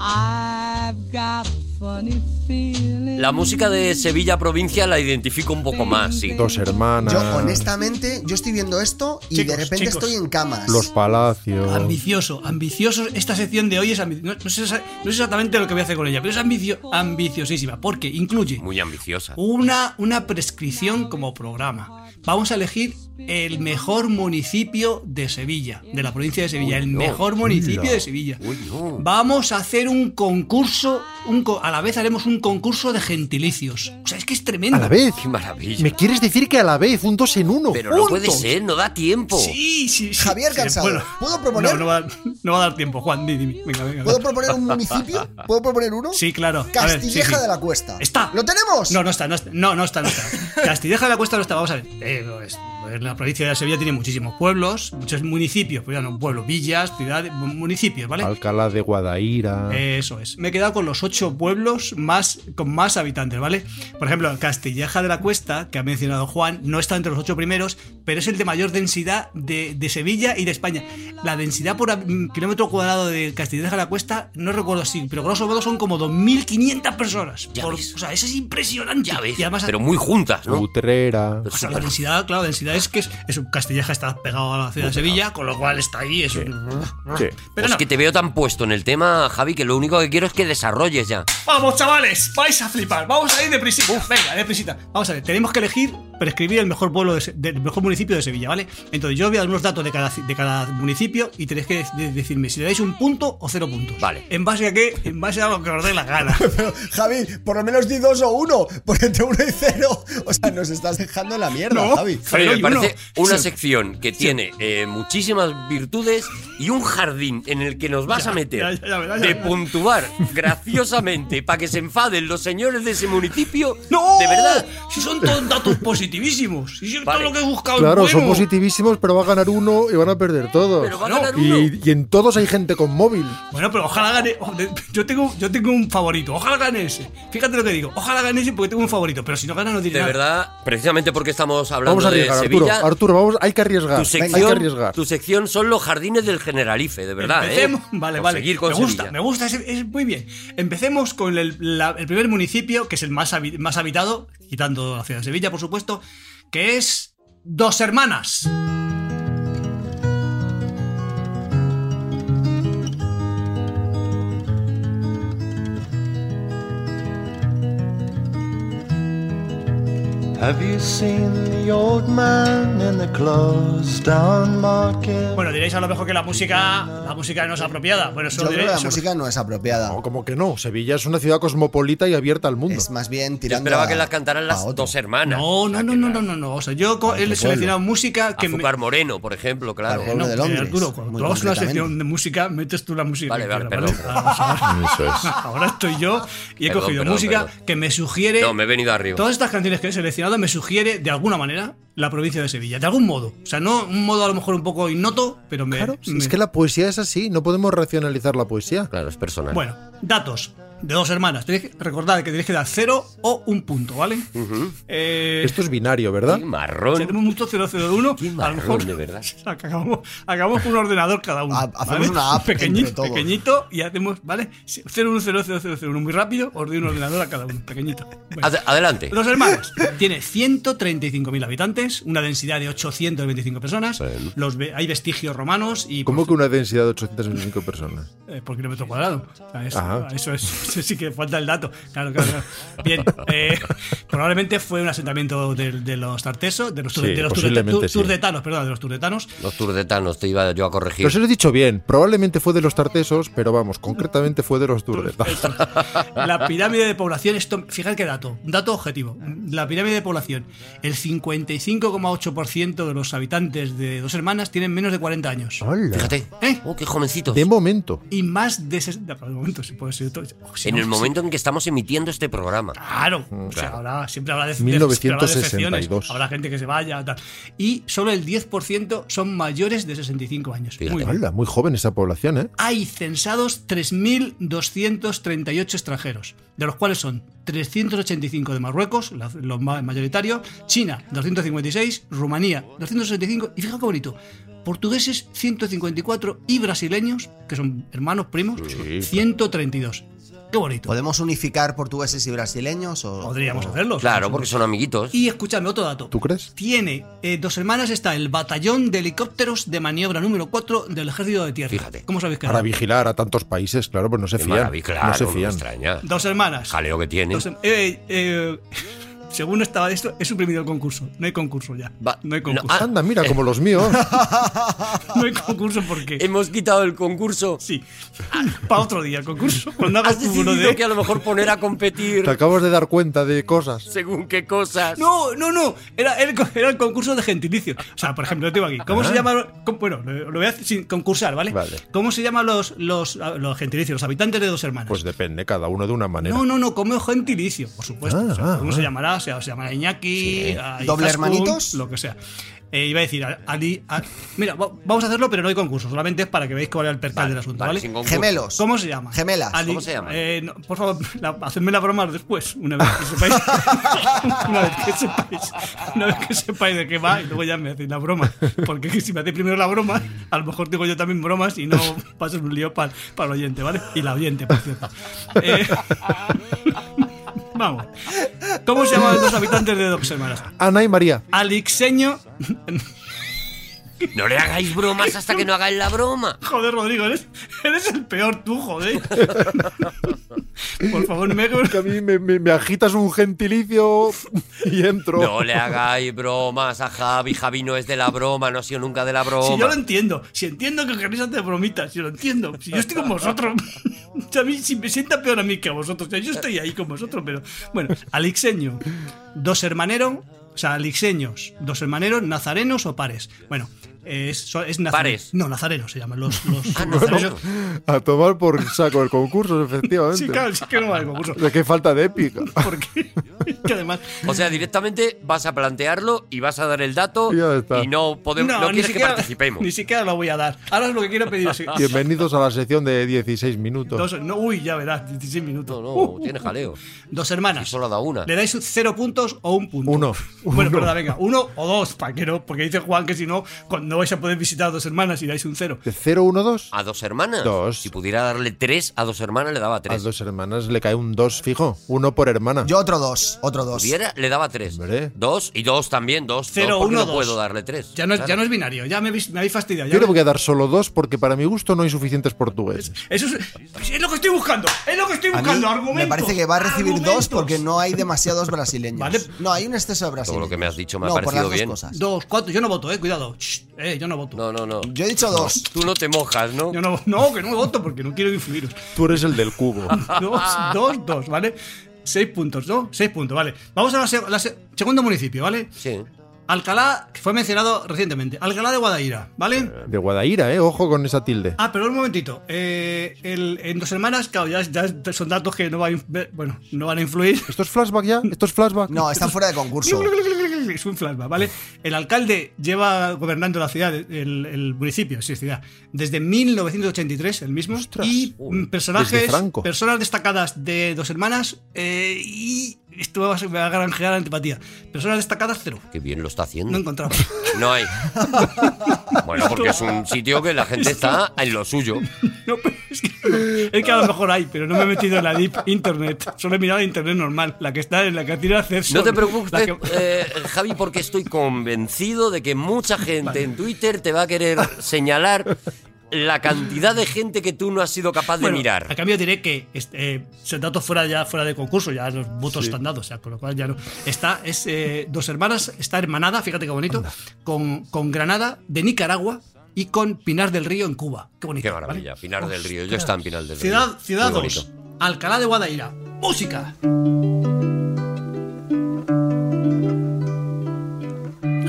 S18: I've got funny feeling.
S2: La música de Sevilla provincia la identifico un poco más, sí.
S3: Dos hermanas.
S4: Yo, honestamente, yo estoy viendo esto y de repente
S5: chicos.
S4: estoy en camas.
S3: Los palacios.
S5: Ambicioso, ambicioso. Esta sección de hoy es ambi- no, no sé, esa- no sé exactamente lo que voy a hacer con ella, pero es ambicio- ambiciosísima, porque incluye
S2: Muy ambiciosa.
S5: una, una prescripción como programa. Vamos a elegir el mejor municipio de Sevilla, de la provincia de Sevilla, el
S2: no.
S5: mejor municipio
S2: Hola.
S5: de Sevilla.
S2: Uy, no.
S5: Vamos a hacer un concurso, un co- a la vez haremos un concurso de gentilicios. O sea, es que es tremendo.
S3: A la vez.
S2: Qué maravilla.
S3: ¿Me quieres decir que a la vez? Un dos en uno.
S2: Pero no puede ser, no da tiempo.
S5: Sí, sí, sí.
S4: Javier
S5: Sí,
S4: Cansado,
S5: bueno.
S4: ¿puedo proponer?
S5: No, no va, no va a dar tiempo, Juan. di- Dime, venga, venga.
S4: ¿Puedo proponer un municipio? ¿Puedo proponer uno?
S5: Sí, claro. A ver, sí,
S4: Castilleja
S5: sí.
S4: de la Cuesta.
S5: Está.
S4: ¿Lo tenemos?
S5: No, no está, no está. No, no está, no está. Castilleja de la Cuesta no está. Vamos a ver. Eh, no es- pues la provincia de Sevilla tiene muchísimos pueblos, muchos municipios, pues ya no, pueblos, villas, ciudades, mu- municipios, ¿vale?
S3: Alcalá de Guadaira.
S2: Eh,
S5: Eso es. Me he quedado con los ocho pueblos más, con más habitantes, ¿vale? Por ejemplo, Castilleja de la Cuesta, que ha mencionado Juan, no está entre los ocho primeros, pero es el de mayor densidad de, de Sevilla y de España. La densidad por hab- kilómetro cuadrado de Castilleja de la Cuesta, no recuerdo si, pero grosso modo son como 2.500 personas. Por- o sea, eso es impresionante. Y además,
S2: Pero muy juntas, ¿no?
S3: Utrera.
S5: o sea, la densidad, claro, la densidad es que es, es un Castilleja está pegado a la ciudad de Sevilla, con lo cual está ahí. Es un- Pero
S2: es
S5: no.
S2: que te veo tan puesto en el tema, Javi, que lo único que quiero es que desarrolles ya.
S5: Vamos, chavales, vais a flipar. Vamos a ir deprisita. Venga, deprisita. Vamos a ver, tenemos que elegir prescribir el mejor pueblo de Se- del mejor municipio de Sevilla, ¿vale? Entonces yo os voy a dar unos datos de cada, ci- de cada municipio y tenéis que de- decirme si le dais un punto o cero puntos. Vale. ¿En base a qué? En base a lo que os dé la gana.
S4: Pero, Javi, por lo menos di dos o uno, porque entre uno y cero. O sea, nos estás dejando en la mierda, Javi.
S2: Javi, me parece una sección que tiene eh, muchísimas virtudes y un jardín en el que nos vas a meter
S5: ya, ya verás, ya
S2: de
S5: verás.
S2: puntuar graciosamente para que se enfaden los señores de ese municipio.
S5: ¡No!
S2: De verdad.
S5: Si son todos datos positivísimos. Si son todo lo que he buscado es
S3: Claro,
S5: bueno.
S3: son positivísimos, pero va a ganar uno y van a perder todos.
S5: Pero va a ganar
S3: y,
S5: uno.
S3: y en todos hay gente con móvil.
S5: Bueno, pero ojalá gane. joder, Yo tengo, yo tengo un favorito. Ojalá gane ese. Fíjate lo que digo. Ojalá gane ese porque tengo un favorito. Pero si no gana, no diré
S2: De
S5: nada.
S2: verdad, precisamente porque estamos hablando
S3: Vamos a
S2: de
S3: arriesgar, Arturo.
S2: Sevilla,
S3: Arturo, vamos, hay que arriesgar.
S2: tu
S3: hay que
S2: sección,
S3: arriesgar.
S2: tu sección son los jardines del Generalife, de verdad. ¿eh?
S5: Empecemos- Vale,
S2: Por
S5: vale.
S2: seguir con
S5: me gusta,
S2: Sevilla.
S5: me gusta. Es, es muy bien. Empecemos con el, la- el primer municipio, que es el más, habi- más habitado, quitando la ciudad de Sevilla, por supuesto, que es Dos Hermanas.
S19: Have you seen the old man in the closed down market?
S5: Bueno, diréis a lo mejor que la música, la música no es apropiada. Bueno, eso
S4: Yo
S5: lo
S4: creo que
S5: diréis.
S4: la
S5: eso-
S4: música no es apropiada.
S3: como que no. Sevilla es una ciudad cosmopolita y abierta al mundo. Es
S4: más bien
S2: Yo esperaba que las cantaran las dos hermanas.
S5: No, no, no, no, no, no, no. O sea, yo co- he
S2: pueblo.
S4: pues
S5: seleccionado música que me-
S2: Azúcar Moreno, por ejemplo, claro.
S5: Eh, no, eh, Arturo, cuando tú hagas una sección de música, metes tú la música.
S2: Vale,
S5: que
S2: vale,
S5: quieras,
S2: perdón.
S5: Vamos a ver.
S2: Eso es.
S5: Ahora estoy yo y he
S2: Perdón,
S5: cogido
S2: perdón,
S5: música
S2: perdón.
S5: que me sugiere.
S2: No, me he venido arriba.
S5: Todas estas canciones que he seleccionado me sugiere, de alguna manera, la provincia de Sevilla. De algún modo. O sea, no un modo a lo mejor un poco ignoto, pero me.
S3: Claro,
S5: me-
S3: es que la poesía es así, no podemos racionalizar la poesía.
S2: Claro, es personal.
S5: Bueno, datos. de dos hermanas. Tenéis que- Recordad que tenéis que dar cero o un punto, ¿vale? Eh,
S3: Esto es binario, ¿verdad?
S5: Tenemos mucho 001. a lo mejor
S3: de verdad.
S5: acabamos, acabamos con un ordenador cada uno.
S4: hacemos una app
S5: pequeñito,
S4: entre todos.
S5: pequeñito y hacemos, ¿¿vale? 01000001 muy rápido, os doy un ordenador a cada uno, pequeñito. Bueno.
S2: Ad- adelante.
S5: Los hermanos. Tiene 135.000 habitantes, una densidad de 825 personas. Los ve- hay vestigios romanos y
S3: ¿Cómo que una densidad de 825 personas?
S5: eh, por kilómetro cuadrado. O sea, eso,
S3: Ajá.
S5: eso es, eso sí que falta el dato. Claro, claro, claro. Bien, eh, probablemente fue un asentamiento de, de los tartesos, de los, tur-
S2: Sí,
S5: de los
S2: posiblemente
S5: turre-
S2: sí.
S5: turdetanos, perdón, de los turdetanos.
S2: Los turdetanos, te iba yo a corregir.
S3: Los he dicho bien, probablemente fue de los tartesos, pero vamos, concretamente fue de los turdetas.
S5: La pirámide de población, esto, fíjate qué dato, un dato objetivo. La pirámide de población, el 55,8% de los habitantes de dos hermanas tienen menos de 40 años.
S2: Fíjate.
S5: ¿Eh?
S2: Oh, qué jovencitos.
S3: De momento.
S5: Y más de 60. por el momento, si puede ser otro- oh, si
S2: en
S5: no,
S2: el
S5: si-
S2: momento en que estamos emitiendo este programa.
S5: Claro, o sea,
S2: Claro.
S5: habrá- siempre habrá de, de-
S3: 1962.
S5: siempre habrá defecciones, habrá gente que se vaya, tal. Y solo el 10% son mayores de 65 años. Muy bien.
S3: Hala, muy joven esa población, ¿eh?
S5: Hay censados 3.238 extranjeros, de los cuales son 385 de Marruecos, la- los ma- mayoritarios, China 256, Rumanía 265 y fija qué bonito, portugueses 154 y brasileños, que son hermanos, primos, 132. Qué bonito.
S4: ¿Podemos unificar portugueses y brasileños? O,
S5: Podríamos hacerlo.
S2: Claro, porque son amiguitos.
S5: Y escúchame otro dato.
S3: ¿Tú crees?
S5: Tiene eh, dos hermanas, está el batallón de helicópteros de maniobra número 4 del ejército de tierra. Fíjate. ¿Cómo sabéis que
S3: Para vigilar a tantos países, claro, pues no se
S2: Qué
S3: fían.
S2: maravilloso, claro,
S3: no se
S2: no me
S3: fían.
S2: extraña.
S5: Dos hermanas.
S2: Jaleo que tienen.
S5: Dos- eh, eh, según estaba esto, he suprimido el concurso. No hay concurso ya. no hay concurso.
S2: ah,
S3: Ah, Anda, mira, como los míos.
S5: No hay concurso porque.
S2: Hemos quitado el concurso.
S5: Sí. Para otro día el concurso. Cuando hagas
S2: Has
S5: tú uno
S2: decidido
S5: de.
S2: que a lo mejor poner a competir
S3: Te acabas de dar cuenta de cosas.
S2: según qué cosas.
S5: No, no, no. Era el, co- era el concurso de gentilicio. O sea, por ejemplo, yo tengo aquí. ¿Cómo
S3: Ah.
S5: se llama? com- Bueno, lo lo voy a hacer sin concursar, ¿vales?
S3: Vale.
S5: ¿Cómo se llaman los, los, los gentilicios, los habitantes de dos hermanas?
S3: Pues depende, cada uno de una manera.
S5: No, no, no, como gentilicio, por supuesto.
S3: Ah,
S5: O sea,
S3: ah,
S5: ¿Cómo
S3: ah.
S5: se llamará? O sea, se llamará Iñaki, a Izaskun,
S4: ¿Doble hermanitos?
S5: Lo que sea. Eh, iba a decir, a- Ali. a- mira, va- vamos a hacerlo, pero no hay concurso, solamente es para que veáis cuál era el percal del asunto,
S4: vale,
S5: ¿vale?
S4: sin concurso. Gemelos.
S5: ¿Cómo se llama?
S4: Gemelas.
S5: Ali-
S4: ¿Cómo se llama?
S5: eh, no, por favor, la, hacedme la broma después, una vez que sepáis. una vez que sepáis. Una vez que sepáis de qué va, y luego ya me hacéis la broma. Porque si me hacéis primero la broma, a lo mejor digo yo también bromas y no va a ser un lío para, para el oyente, ¿vale? Y la oyente, por cierto. Eh, Vamos. ¿Cómo se llaman los habitantes de dos hermanas?
S3: Ana y María.
S5: Alixeño.
S2: No le hagáis bromas hasta que no hagáis la broma.
S5: Joder, Rodrigo, eres, eres el peor tú, joder. Por favor, me
S3: Que a mí me, me- me agitas un gentilicio y entro.
S2: No le hagáis bromas a Javi. Javi no es de la broma, no ha sido nunca de la broma.
S5: Si yo lo entiendo, si entiendo que queréis hacer bromitas, si lo entiendo, si yo estoy con vosotros, si, a mí- si me sienta peor a mí que a vosotros, o sea, yo estoy ahí con vosotros, pero bueno, Alixeño, dos hermaneros, o sea, Alixeños, dos hermaneros, nazarenos o pares. Bueno, eh, es, so- es nazareno.
S2: Pares. Ah,
S5: No, nazarenos se llaman los, los
S3: Bueno,
S5: nazarenos.
S3: a tomar por saco el concurso, efectivamente.
S5: Sí, claro, sí que no vale el concurso.
S3: De qué falta de épica.
S5: Que además.
S2: O sea, directamente vas a plantearlo y vas a dar el dato
S3: Ya está.
S2: y no podemos no,
S5: ni
S2: quieres
S5: siquiera-
S2: que participemos.
S5: Ni siquiera lo voy a dar. Ahora es lo que quiero pedir. es-
S3: Bienvenidos a la sección de 16 minutos.
S5: Dos- no, uy, ya verás, 16 minutos.
S2: No, tiene jaleo.
S5: Dos hermanas.
S2: Y solo da una.
S5: Uh. ¿Le dais cero puntos o un punto?
S3: Uno.
S5: Bueno,
S3: Uno.
S5: perdón, venga, uno o dos, para que no, porque dice Juan que si no, cuando no vais a poder visitar a dos hermanas y dais un cero.
S3: De 0, 1, 2.
S2: ¿A dos hermanas?
S3: Dos.
S2: Si pudiera darle tres, a dos hermanas le daba
S3: A
S2: tres.
S3: dos hermanas le cae un 2 fijo. Uno por hermana.
S4: Yo otro dos, otro dos.
S2: Pudiera, le daba tres.
S3: Hombre.
S2: Dos y dos también, dos.
S5: Cero,
S2: dos, porque
S5: uno,
S2: no
S5: dos.
S2: puedo darle tres.
S5: Ya no, es-
S2: Claro.
S5: ya no es binario, ya me, habéis- me habéis fastidiado. ya
S3: Yo le
S5: me-
S3: voy a dar solo dos porque para mi gusto no hay suficientes portugueses.
S5: Eso es, es lo que estoy buscando, es lo que estoy
S4: A mí
S5: buscando, argumentos.
S4: me parece que va a recibir dos
S5: argumentos.
S4: porque no hay demasiados brasileños. No, hay un exceso de
S2: Todo
S4: brasileños.
S2: lo que me has dicho me
S4: No,
S2: ha
S4: por
S2: parecido
S4: las dos
S2: bien.
S4: cosas.
S5: Dos, cuatro, yo no voto, eh, cuidado. Shh, eh, yo no voto.
S2: No, no, no.
S4: Yo he dicho dos.
S2: Tú no te mojas, ¿no?
S5: Yo no, no, que no voto porque no quiero influiros.
S3: Tú eres el del cubo.
S5: Dos, dos, dos, ¿vale? Seis puntos, ¿no? Seis puntos, vale. Vamos a la, seg- la se- segundo municipio, ¿vale?
S2: Sí.
S5: Alcalá, que fue mencionado recientemente. Alcalá de Guadaira, ¿vale?
S3: De Guadaira, ¿eh? Ojo con esa tilde.
S5: Ah, pero un momentito. Eh, el- en dos semanas, claro, ya, ya son datos que no, va a inf- bueno, no van a influir.
S3: ¿Esto es flashback ya? ¿Esto es flashback?
S4: No, está fuera de concurso.
S5: Es un flashback, ¿vale? El alcalde lleva gobernando la ciudad, el, el municipio, sí, ciudad, desde 1983, el mismo. y mm, personajes,
S3: desde Franco.
S5: personas destacadas de dos hermanas eh, y esto va a ser- me va a granjear antipatía. Personas destacadas, cero.
S2: Qué bien lo está haciendo.
S5: No encontramos.
S2: No hay. Bueno, porque es un sitio que la gente está en lo suyo.
S5: Es que a lo mejor hay, pero no me he metido en la deep internet. Solo he mirado la internet normal, la que está en la que tiene acceso.
S2: No te preocupes,
S5: la que-
S2: eh, Javi, porque estoy convencido de que mucha gente en Twitter te va a querer señalar la cantidad de gente que tú no has sido capaz
S5: Bueno,
S2: de mirar.
S5: A cambio diré que este, eh, son datos fuera ya fuera de concurso, ya los votos están dados, o sea, con lo cual ya no. Está, es eh, dos hermanas, está hermanada, fíjate qué bonito, con, con Granada de Nicaragua y con Pinar del Río en Cuba. Qué bonito.
S2: Qué
S5: ¿vale?
S2: maravilla, Pinar del Río. Yo estaba en Pinar del Río.
S5: Ciudad, ciudad
S2: Muy
S5: 2,
S2: bonito.
S5: Alcalá de Guadaira. Música.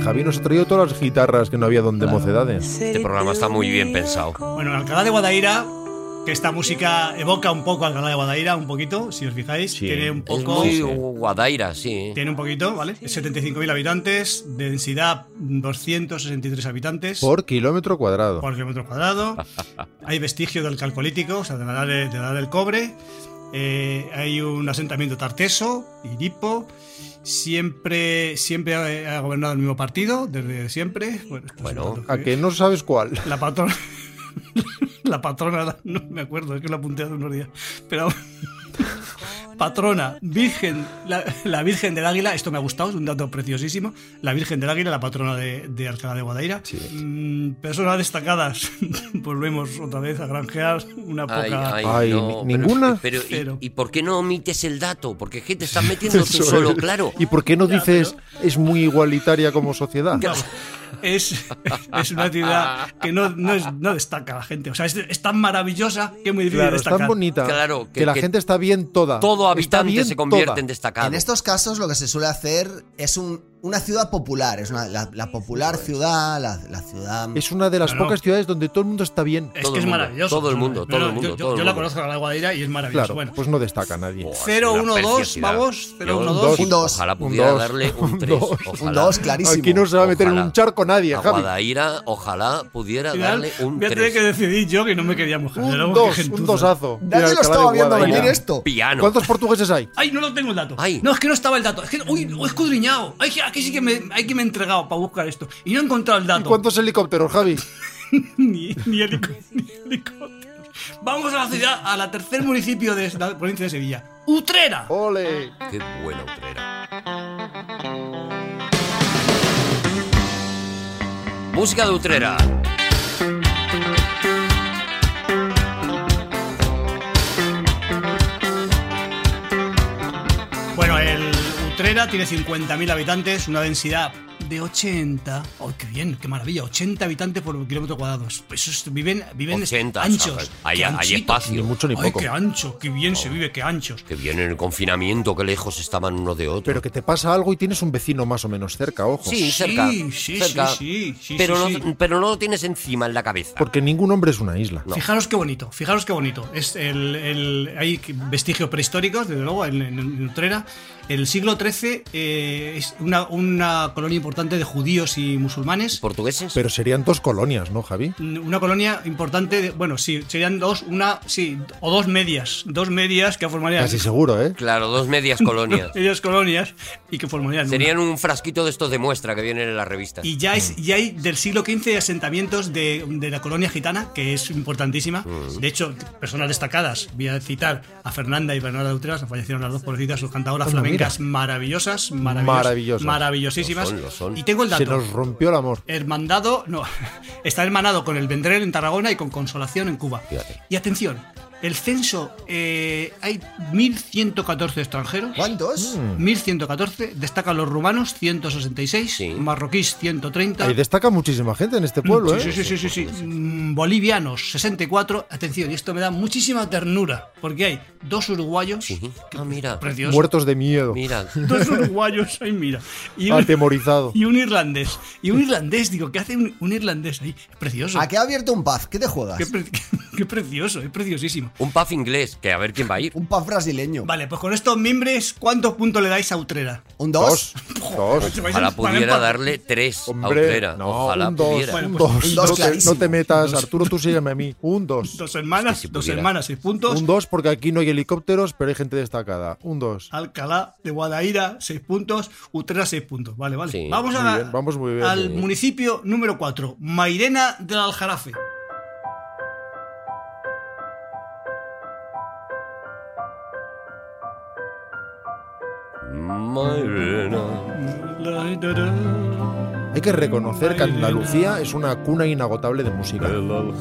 S3: Javi nos ha traído todas las guitarras que no había donde mocedades.
S2: Este programa está muy bien pensado.
S5: Bueno, Alcalá de Guadaira, que esta música evoca un poco a Alcalá de Guadaira, un poquito, si os fijáis. Tiene un
S2: Es
S5: poco.
S2: muy Guadaira, sí.
S5: Tiene un poquito, ¿vale? 75.000 habitantes, densidad 263 habitantes
S3: Por kilómetro cuadrado.
S5: por kilómetro cuadrado. Hay vestigio del calcolítico, o sea, de la edad, de- de la edad del cobre. Eh, hay un asentamiento tarteso, Iripo. Siempre, siempre ha, ha gobernado el mismo partido, desde siempre. Bueno, esto es un dato
S3: ¿A que no sabes cuál?
S5: la patrona. La patrona, no me acuerdo, es que la apunté hace unos días. Pero. Patrona, Virgen, la, la Virgen del Águila, esto me ha gustado, es un dato preciosísimo. La Virgen del Águila, la patrona de, de Alcalá de Guadaira. Mm, personas destacadas, volvemos otra vez a granjear una
S2: Ay,
S5: poca.
S2: ay,
S3: Ay,
S2: no,
S3: ni-
S2: pero-
S3: ninguna.
S2: Pero, ¿y-
S5: Cero.
S2: ¿y, por qué no omites el dato? Porque es que te estás metiendo tú solo,
S3: es.
S2: claro.
S3: ¿Y por qué no dices es muy igualitaria como sociedad?
S5: Vamos, es, es una ciudad que no, no, es- no destaca a la gente. O sea, es, es tan maravillosa que es muy difícil
S3: Claro, es
S5: destacar.
S3: tan bonita
S2: Claro,
S3: que,
S2: que-
S3: la
S2: que
S3: gente está bien toda.
S2: Todo
S3: Está
S2: habitante
S3: bien
S2: se convierte
S3: toda.
S2: en destacado.
S4: En este estos casos lo que se suele hacer es un- una ciudad popular, es una- la, la popular ciudad, la, la ciudad...
S3: Es una de las
S5: Claro.
S3: pocas ciudades donde todo el mundo está bien.
S5: Es
S2: Todo
S5: que
S2: el
S5: es
S2: mundo,
S5: maravilloso.
S2: todo el
S5: o sea,
S2: mundo, todo el
S5: yo-
S2: mundo,
S5: yo,
S2: todo
S5: yo
S2: el
S5: la
S2: mundo.
S5: conozco a la Guadaira y es maravilloso.
S3: Claro,
S5: bueno,
S3: pues no destaca nadie.
S2: Buah, es una
S5: 0-1-2,
S2: preciosidad.
S5: vamos,
S2: Yo-
S5: 0-1-2.
S4: Un dos.
S2: Ojalá
S4: Un
S2: pudiera
S3: dos.
S2: darle un
S3: Un
S2: 3.
S3: dos.
S4: Un dos, clarísimo.
S3: Aquí no se va a meter en
S2: Ojalá.
S3: un charco nadie,
S2: A
S3: Javi.
S2: Guadaira, ojalá pudiera
S5: Al final,
S2: darle un
S5: voy a tener que
S2: 3.
S5: decidir yo que no me quería mojar.
S3: Un
S5: Luego, qué
S3: dos,
S5: gentuza.
S3: un dosazo.
S4: Nadie
S3: Mira,
S4: lo
S3: Alcalá de
S4: estaba viendo
S3: Guadaira.
S4: venir esto.
S2: ¿eh? Piano.
S3: ¿Cuántos portugueses hay?
S5: Ay, no lo tengo el dato.
S2: Ay.
S5: No, es que no estaba el dato. Es que, uy, he escudriñado. Ay, que- aquí sí que me, hay que me he entregado para buscar esto. Y no he encontrado el dato.
S3: ¿Cuántos helicópteros, Javi?
S5: ni, ni helico- ni helicópteros. Vamos a la ciudad, a la tercer municipio de la provincia de Sevilla. Utrera.
S3: ¡Ole!
S2: Qué buena utrera. Música de utrera.
S5: Bueno, el Utrera tiene 50.000 habitantes, una densidad de 80. ¡Ay, qué bien! ¡Qué maravilla! 80 habitantes por kilómetro cuadrado. Pues esos viven, viven
S2: 80,
S5: anchos.
S2: ¿sabes? Hay- pues, hay
S5: ¡Qué anchitos!
S2: espacio. Oh. Ni mucho
S3: ni
S5: Ay,
S3: poco.
S5: qué ancho! ¡Qué bien se vive! ¡Qué anchos!
S2: Que viene el confinamiento, que lejos estaban uno de otro.
S3: Pero que te pasa algo y tienes un vecino más o menos cerca, ojo.
S2: sí, cerca.
S5: sí, sí,
S2: cerca.
S5: sí, sí,
S2: pero,
S5: sí, Pues,
S2: no,
S5: sí.
S2: pero no lo tienes encima en la cabeza.
S3: Porque ningún hombre es una isla.
S2: No.
S5: Fijaros qué bonito, fijaros qué bonito. Es el, el- hay vestigios prehistóricos, desde luego, en, en- en Utrera. El siglo XIII eh, es una, una colonia importante de judíos y musulmanes.
S2: ¿Portugueses?
S3: Pero serían dos colonias, ¿no, Javi?
S5: Una colonia importante, de- bueno, sí, serían dos, una, sí, o dos medias, dos medias que formarían
S3: Casi seguro, ¿eh?
S2: Claro, dos medias colonias.
S5: medias colonias y que formarían una.
S2: Serían un frasquito de estos de muestra que vienen en las revistas.
S5: Y ya, es, ya hay del siglo XV asentamientos de, de la colonia gitana, que es importantísima. De hecho, personas destacadas, voy a citar a Fernanda y Bernarda Utrera, se fallecieron las dos pobrecitas, sus cantadoras
S3: Anda,
S5: flamencas maravillosas, maravillosas,
S3: Maravillosas.
S5: maravillosísimas.
S2: Lo son, lo son.
S5: Y tengo el
S3: Se
S5: dato.
S3: nos rompió el amor.
S5: Hermandado, no, está hermanado con el Vendrell en Tarragona y con Consolación en Cuba.
S2: Fíjate.
S5: Y atención, El censo, eh, hay 1.114 extranjeros.
S4: ¿Cuántos?
S3: Mm.
S5: 1.114. Destacan los rumanos, 166. Marroquíes, 130.
S3: Ahí destaca muchísima gente en este pueblo,
S5: Sí,
S3: ¿eh?
S5: sí, sí, sí, sí, sí. Mm, Bolivianos, 64. Atención, y esto me da muchísima ternura, porque hay dos uruguayos. que- preciosos.
S3: Muertos de miedo.
S2: Ah, Mira.
S5: Dos uruguayos, ay, mira. Y
S2: Ah,
S5: un,
S3: Atemorizado.
S5: y un irlandés. Y un irlandés, digo, ¿qué hace un, un irlandés ahí? Es precioso.
S2: Ah,
S4: ¿A qué ha abierto un pub? ¿Qué te juegas?
S5: Qué, pre- qué precioso, es preciosísimo.
S2: Un puff inglés, que a ver quién va a ir.
S4: Un puff brasileño.
S5: Vale, pues con estos mimbres, ¿cuántos puntos le dais a Utrera?
S4: ¿Un 2?
S3: Dos.
S2: Pues, Ojalá pudiera darle tres
S3: Hombre,
S2: a Utrera.
S3: no,
S2: Ojalá
S3: un dos,
S2: pudiera.
S3: un
S5: Bueno, pues,
S3: dos.
S5: un dos
S3: No te- no, te,
S5: clarísimo.
S3: metas,
S5: Dos.
S3: Arturo, tú sígueme a mí. Un dos.
S5: Dos hermanas, dos
S2: pudiera.
S5: hermanas, seis puntos.
S3: Un dos porque aquí no hay helicópteros, pero hay gente destacada. Un dos.
S5: Alcalá de Guadaira, 6 puntos. Utrera, 6 puntos. Vale, vale.
S3: Sí.
S5: Vamos, a,
S3: Muy bien, vamos muy bien. eh.
S5: al
S3: Sí.
S5: municipio número 4, Mairena del Aljarafe.
S3: Hay que reconocer que Andalucía es una cuna inagotable de música.
S5: Un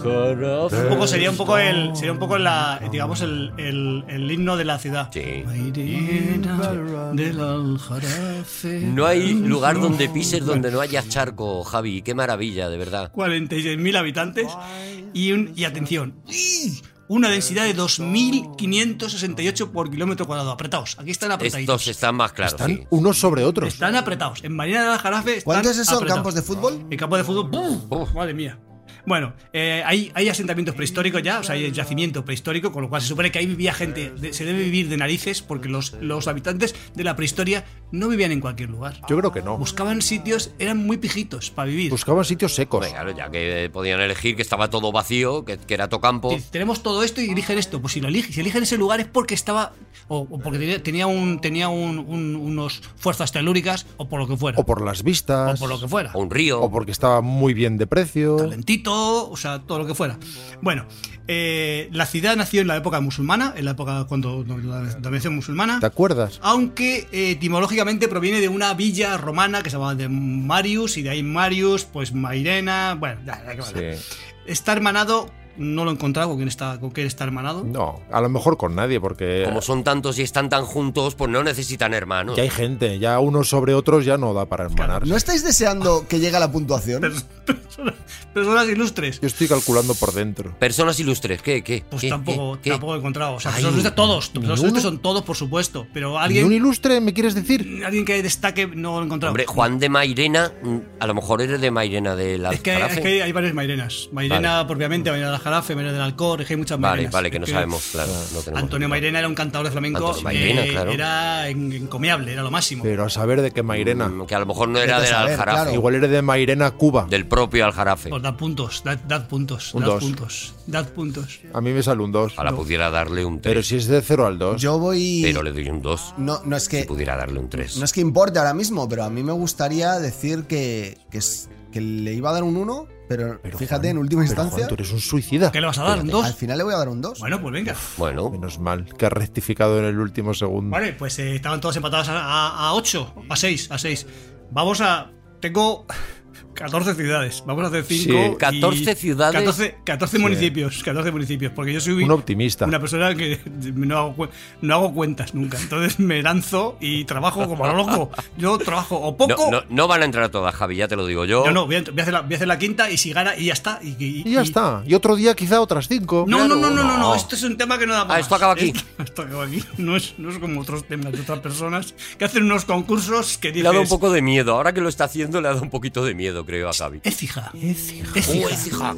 S5: poco sería un poco el sería un poco la digamos el, el- el himno de la ciudad. Mairena del Aljarafe.
S2: No hay lugar donde pises donde no haya charco, Javi. Qué maravilla, de verdad.
S5: 46.000 habitantes y, un, y atención, ¡ih! una densidad de 2.568 por kilómetro cuadrado. Apretados, aquí están apretaditos.
S2: Estos están más claros.
S3: Están
S2: sí.
S3: unos sobre otros.
S5: Están apretados. En Marina de la Jarafe están
S4: ¿Cuántos es eso?
S5: apretados.
S4: ¿Campos de fútbol?
S5: El campo de fútbol, ¡puf! madre mía. Bueno, eh, hay, hay asentamientos prehistóricos ya, o sea, hay yacimiento prehistórico, con lo cual se supone que ahí vivía gente, de- se debe vivir de narices, porque los, los habitantes de la prehistoria no vivían en cualquier lugar.
S3: Yo creo que no.
S5: Buscaban sitios, eran muy pijitos para vivir.
S2: Pues
S3: Buscaban sitios secos.
S2: Claro, ya que eh, podían elegir que estaba todo vacío, que, que era tocampo.
S5: Dice, tenemos todo esto y eligen esto. Pues si lo eligen, si eligen ese lugar es porque estaba. O, o porque tenía, tenía un. tenía un- un- unos fuerzas telúricas o por lo que fuera.
S3: O por las vistas.
S5: O por lo que fuera.
S2: un río.
S3: O porque estaba muy bien de precio.
S5: Calentito, o sea, todo lo que fuera. Bueno, eh, la ciudad nació en la época musulmana, en la época cuando no, la dominación musulmana.
S3: ¿Te acuerdas?
S5: Aunque eh, etimológicamente proviene de una villa romana que se llamaba de Marius, y de ahí Marius, pues Mairena. Bueno, da- da
S6: Ah,
S5: igual. está hermanado. No lo he encontrado con quién está, con quién está hermanado.
S3: No, a lo mejor con nadie, porque
S2: Como son tantos y están tan juntos, pues no necesitan hermanos.
S3: ya hay gente, ya unos sobre otros ya no da para hermanarse.
S4: ¿No estáis deseando que llegue a la puntuación?
S5: Personas ilustres.
S3: Yo estoy calculando por dentro.
S2: Personas ilustres, ¿qué? ¿Qué?
S5: Pues
S2: ¿Qué?
S5: tampoco,
S2: ¿Qué? ¿Qué?
S5: tampoco he encontrado. O sea,
S2: Ay,
S5: personas ilustres todos.
S3: ni
S5: Personas
S3: uno.
S5: ilustres son todos, por supuesto. Pero
S3: ¿Y un
S5: alguien,
S3: ilustre me quieres decir?
S5: alguien que destaque no lo he encontrado.
S2: Hombre, Juan de Mairena, mm, a lo mejor eres de Mairena de la
S5: es, que, es que hay varias mairenas. Mairena propiamente, Mairena del Jarafe, Mairena del Alcor, es que hay muchas
S2: Vale,
S5: mairenas.
S2: vale, que no
S5: Es
S2: sabemos, claro, no tenemos
S5: Antonio
S2: ni idea.
S5: Mairena era un cantador de flamenco.
S2: Antonio Mairena,
S5: eh,
S2: claro.
S5: Era en- encomiable, era lo máximo.
S3: Pero a saber de qué Mairena.
S2: Mm, que a lo mejor no era
S4: Vete a
S2: del
S4: saber,
S2: Aljarafe,
S4: claro.
S3: Igual eres de Mairena, Cuba.
S2: del propio Aljarafe.
S5: Pues dad puntos, dad, dad puntos,
S3: Un
S5: dad
S3: dos.
S5: puntos, dad puntos.
S3: A mí me sale un 2.
S2: Ojalá pudiera darle un 3,
S3: Pero
S2: pero,
S3: si es de 0 al 2.
S4: Yo voy.
S2: le doy un 2.
S4: No, no es
S2: Si
S4: que.
S2: pudiera darle un 3.
S4: No es que importe ahora mismo, pero a mí me gustaría decir que, que, es- que le iba a dar un 1, pero, fíjate, en última instancia,
S3: tú eres un suicida.
S5: ¿Qué le vas a dar? ¿Un
S4: al
S5: dos?
S4: final le voy a dar un 2.
S5: Bueno, pues venga.
S2: Bueno,
S3: Menos mal, que has rectificado en el último segundo.
S5: Vale, pues eh, estaban todos empatados a, a, 8, a 6, a 6. Vamos a. Tengo 14 ciudades. Vamos a hacer 5.
S3: Sí.
S2: 14 ciudades.
S5: 14, 14 municipios. 14 municipios. Porque yo soy
S3: Un optimista.
S5: una persona que no hago, cu- no hago cuentas nunca. Entonces me lanzo y trabajo como loco. Yo trabajo o
S2: no,
S5: poco.
S2: no, no van a entrar todas, Javi, ya te lo digo yo.
S5: Yo no, voy a, voy a hacer la, voy a hacer la quinta y si gana y ya está. Y, y-
S3: Y ya
S5: y-
S3: está. Y otro día quizá otras 5.
S5: No, no, no, no, no,
S2: no.
S5: no, esto es un tema que no da para
S2: Ah, esto
S5: más.
S2: acaba aquí.
S5: Esto, esto acaba aquí. No es, no es como otros temas de otras personas que hacen unos concursos que
S2: Le
S5: dices...
S2: ha dado un poco de miedo. Ahora que lo está haciendo, le ha dado un poquito de miedo, creo, a Javi.
S5: Es fija. Es fija.
S2: Oh,
S5: Pues,
S2: es hija.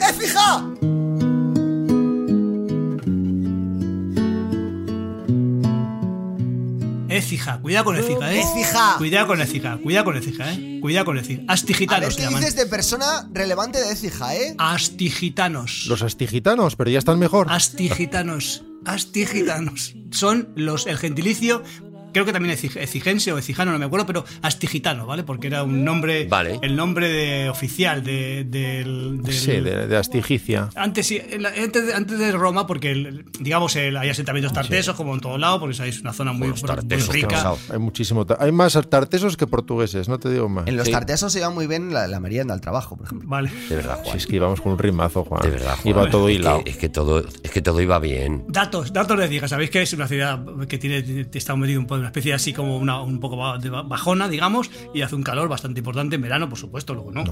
S5: Es fija. Cuidado con Écija, ¿eh?
S4: Écija.
S5: Cuidado con Écija. Cuidado con Écija, ¿eh? Cuidado con Écija.
S4: A ver
S5: Astigitanos se
S4: qué
S5: llaman.
S4: dices Este de persona relevante de Écija, ¿eh?
S5: Astigitanos.
S3: Los astigitanos, pero
S5: Ah,
S3: ya están mejor.
S5: Astigitanos. Astigitanos. Son los, el gentilicio creo que también exig- exigense o exijano, no me acuerdo, pero astigitano, ¿vale? Porque era un nombre, el nombre de, oficial de, del- del-
S3: Sí, de, de astigicia.
S5: Antes, sí, en la- antes, de- antes de Roma, porque el- digamos el, hay asentamientos tartesos como en todo lado, porque sabéis, es una zona muy, muy rica.
S3: Hay muchísimo. ta- Hay más tartesos que portugueses, no te digo más.
S4: En los tartesos se iba muy bien la, la merienda al trabajo, por ejemplo.
S5: Vale.
S2: De verdad, Juan.
S3: Si es que íbamos con un rimazo, Juan.
S2: De verdad, Juan.
S3: Iba todo
S2: Es que-
S3: hilado.
S2: Es que todo, es que todo iba bien.
S5: Datos, datos de Diga. Sabéis que es una ciudad que tiene, está metido un poco en una especie así como una, un poco ba- de ba- bajona, digamos, y hace un calor bastante importante en verano, por supuesto, luego no.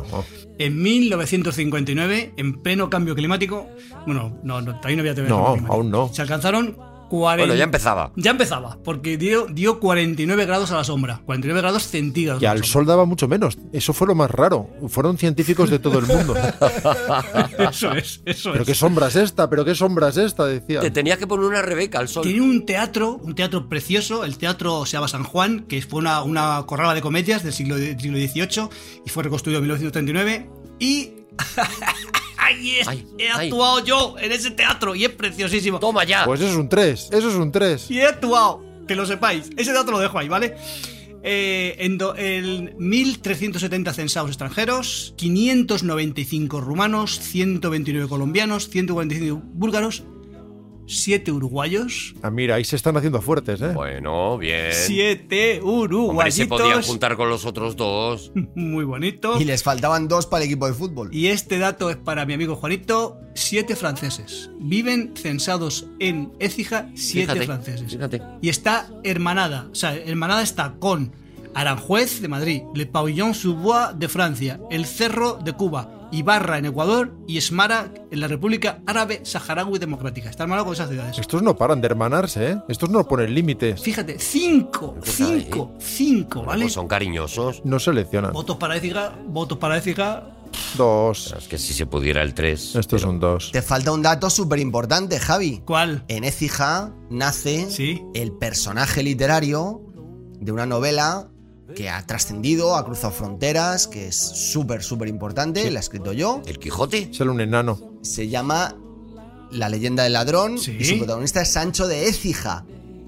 S5: En 1959, en pleno cambio climático, bueno, no, no, todavía no había TV.
S3: No, aún no.
S5: Se alcanzaron 40.
S2: Bueno, ya empezaba.
S5: Ya empezaba, porque dio, dio 49 grados a la sombra, 49 grados centígrados.
S3: Y al sol daba mucho menos. Eso fue lo más raro. Fueron científicos de todo el mundo.
S5: Eso es, eso
S3: Pero
S5: es.
S3: qué sombra es esta, pero qué sombra es esta, decía.
S2: Te tenías que poner una rebeca al sol.
S5: Tiene un teatro, un teatro precioso, el teatro se llama San Juan, que fue una, una corrala de comedias del siglo, del siglo XVIII y fue reconstruido en 1939. Y. ¡Ahí es! he actuado yo en ese teatro y es preciosísimo.
S2: Toma ya.
S3: Pues eso es un 3, eso es un 3.
S5: Y he actuado, que lo sepáis. Ese dato lo dejo ahí, ¿vale? Eh, en do- el 1.370 censados extranjeros, 595 rumanos, 129 colombianos, 145 búlgaros, 7 uruguayos,
S3: Ah, mira, ahí se están haciendo fuertes, ¿eh?
S2: Bueno, bien.
S5: Siete
S2: Hombre, se podían
S5: uruguayitos.
S2: juntar con los otros dos.
S5: Muy bonito.
S4: Y les faltaban dos para el equipo de fútbol.
S5: Y este dato es para mi amigo Juanito. Siete franceses. Viven censados en Écija siete
S2: Fíjate,
S5: franceses.
S2: fíjate.
S5: Y está hermanada. O sea, hermanada está con Aranjuez de Madrid, Le Pavillon Sous-Bois de Francia, El Cerro de Cuba, Ibarra en Ecuador y Esmara en la República Árabe Saharaui Democrática. Está hermanado con esas ciudades.
S3: Estos no paran de hermanarse, ¿eh? Estos no ponen límites.
S5: Fíjate, cinco, cinco, cinco, ¿vale?
S2: Pues son cariñosos.
S3: No seleccionan.
S5: Votos para Écija, votos para Écija,
S3: Dos.
S2: Es que si se pudiera el 3.
S3: Estos son dos.
S4: Te falta un dato súper importante, Javi.
S5: ¿Cuál?
S4: En Écija nace el personaje literario de una novela que ha trascendido, ha cruzado fronteras, que es súper, súper importante. La he escrito yo.
S2: ¿El Quijote?
S3: Solo un enano.
S4: Se llama La leyenda del ladrón y su protagonista es Sancho de Écija.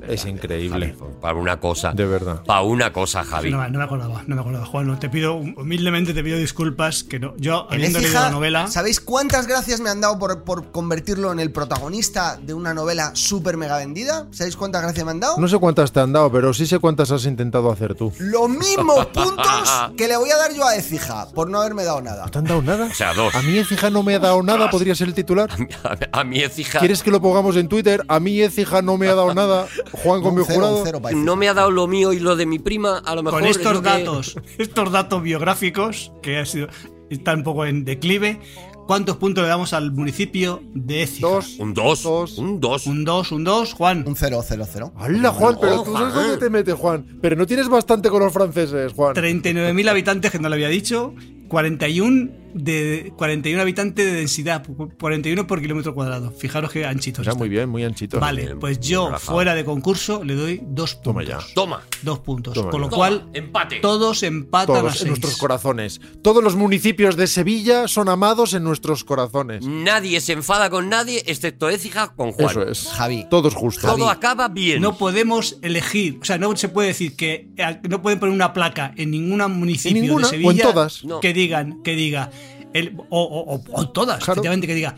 S3: Es increíble.
S2: Para eh, pues, una cosa.
S3: De verdad.
S2: Para una cosa, Javi.
S5: No, no me acordaba, no me acordaba. Juan, no, te pido, humildemente te pido disculpas que no. Yo,
S4: En
S5: habiendo leído
S4: Écija,
S5: la Ah, novela.
S4: ¿sabéis cuántas gracias me han dado por, por convertirlo en el protagonista de una novela súper mega vendida? ¿Sabéis cuántas gracias me han dado?
S3: No sé cuántas te han dado, pero sí sé cuántas has intentado hacer tú.
S4: Los mismos puntos que le voy a dar yo a Écija por no haberme dado nada.
S3: ¿Te han dado nada?
S2: O sea, dos.
S3: A mí Ecija no me ha dado nada, podría ser el titular.
S2: A mí es hija.
S3: ¿Quieres que lo pongamos en Twitter? A mí Ecija no me ha dado nada. Juan con mi jurado.
S2: No me ha dado lo mío y lo de mi prima, a lo mejor.
S5: Con
S2: es
S5: estos
S2: lo que-
S5: datos, estos datos biográficos, que ha sido, está un poco en declive, ¿cuántos puntos le damos al municipio de Écija? Dos.
S2: Un 2. Un 2.
S5: Un 2, un 2, Juan.
S4: Un 0, 0, 0.
S3: Hala, Juan, pero tú sabes
S5: Juan.
S2: eh.
S3: dónde te metes, Juan. Pero no tienes bastante con los franceses, Juan.
S5: 39.000 habitantes, que no lo había dicho. 41 de 41 habitantes de densidad, 41 por kilómetro cuadrado. Fijaros qué anchitos.
S3: Está
S5: están.
S3: Pues muy bien, muy anchito.
S5: Vale, pues yo, fuera de concurso, le doy dos puntos.
S3: Toma ya.
S2: Toma.
S5: Dos puntos.
S3: Toma
S5: Con lo
S3: ya.
S5: cual,
S2: empate.
S5: todos empatan a
S3: Todos
S5: seis.
S3: en nuestros corazones. Todos los municipios de Sevilla son amados en nuestros corazones.
S2: Nadie se enfada con nadie, excepto Écija con Juan.
S3: Eso es.
S4: Javi.
S3: Todos justos.
S2: Todo acaba bien.
S5: No podemos elegir, o sea, no se puede decir que eh, no pueden poner una placa en ninguna municipio
S3: En ninguna,
S5: de
S3: o
S5: Sevilla
S3: en todas. No.
S5: que digan, que diga, el- o, o- o- o todas, efectivamente, que diga,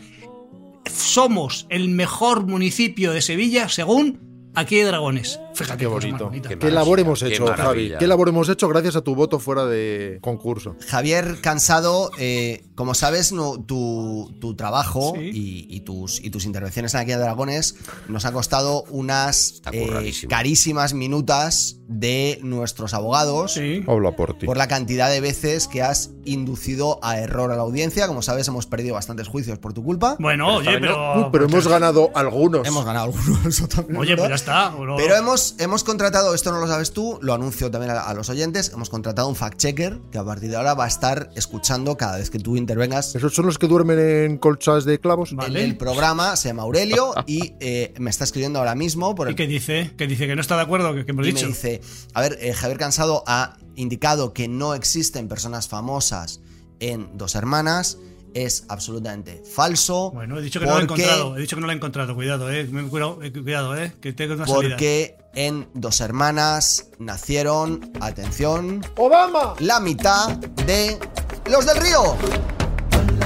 S5: somos el mejor municipio de Sevilla según aquí hay dragones. Fíjate
S3: Qué
S5: qué cosa más
S3: bonito.
S5: bonita.
S3: Qué labor hemos
S2: qué
S3: hecho, Javi.
S2: maravilla.
S3: Qué labor hemos hecho gracias a tu voto fuera de concurso.
S4: Javier Cansado, eh, como sabes, no, tu, tu trabajo y, y tus, y tus intervenciones en Aquí de Dragones nos ha costado unas eh,
S3: curradísimo.
S4: carísimas minutas de nuestros abogados
S3: Habla por ti.
S4: por la cantidad de veces que has inducido a error a la audiencia. Como sabes, hemos perdido bastantes juicios por tu culpa.
S5: Bueno, oye, pero.
S3: Uh, pero hemos ganado algunos.
S4: Hemos ganado algunos. eso también es
S5: Oye,
S4: verdad.
S5: pues ya está. o no-
S4: Pero
S3: eh,
S4: hemos, hemos contratado, esto no lo sabes tú, lo anuncio también a, a los oyentes, hemos contratado un fact-checker que a partir de ahora va a estar escuchando cada vez que tú intervengas.
S3: ¿Esos son los que duermen en colchas de clavos?
S4: en el programa, se llama Aurelio y eh, me está escribiendo ahora mismo por el
S5: ¿Y qué dice? ¿Qué dice? ¿Que no está de acuerdo? ¿Qué, qué hemos
S4: y
S5: dicho?
S4: me dice, a ver, eh, Javier Cansado ha indicado que no existen personas famosas en Dos Hermanas. es absolutamente falso.
S5: Bueno, he dicho que no lo he encontrado, he dicho que no lo he encontrado, cuidado, eh, cuidado, eh, cuidado, eh, que tengo una salida.
S4: Porque en Dos Hermanas nacieron, atención,
S3: ¡Obama!
S4: la mitad de los del río.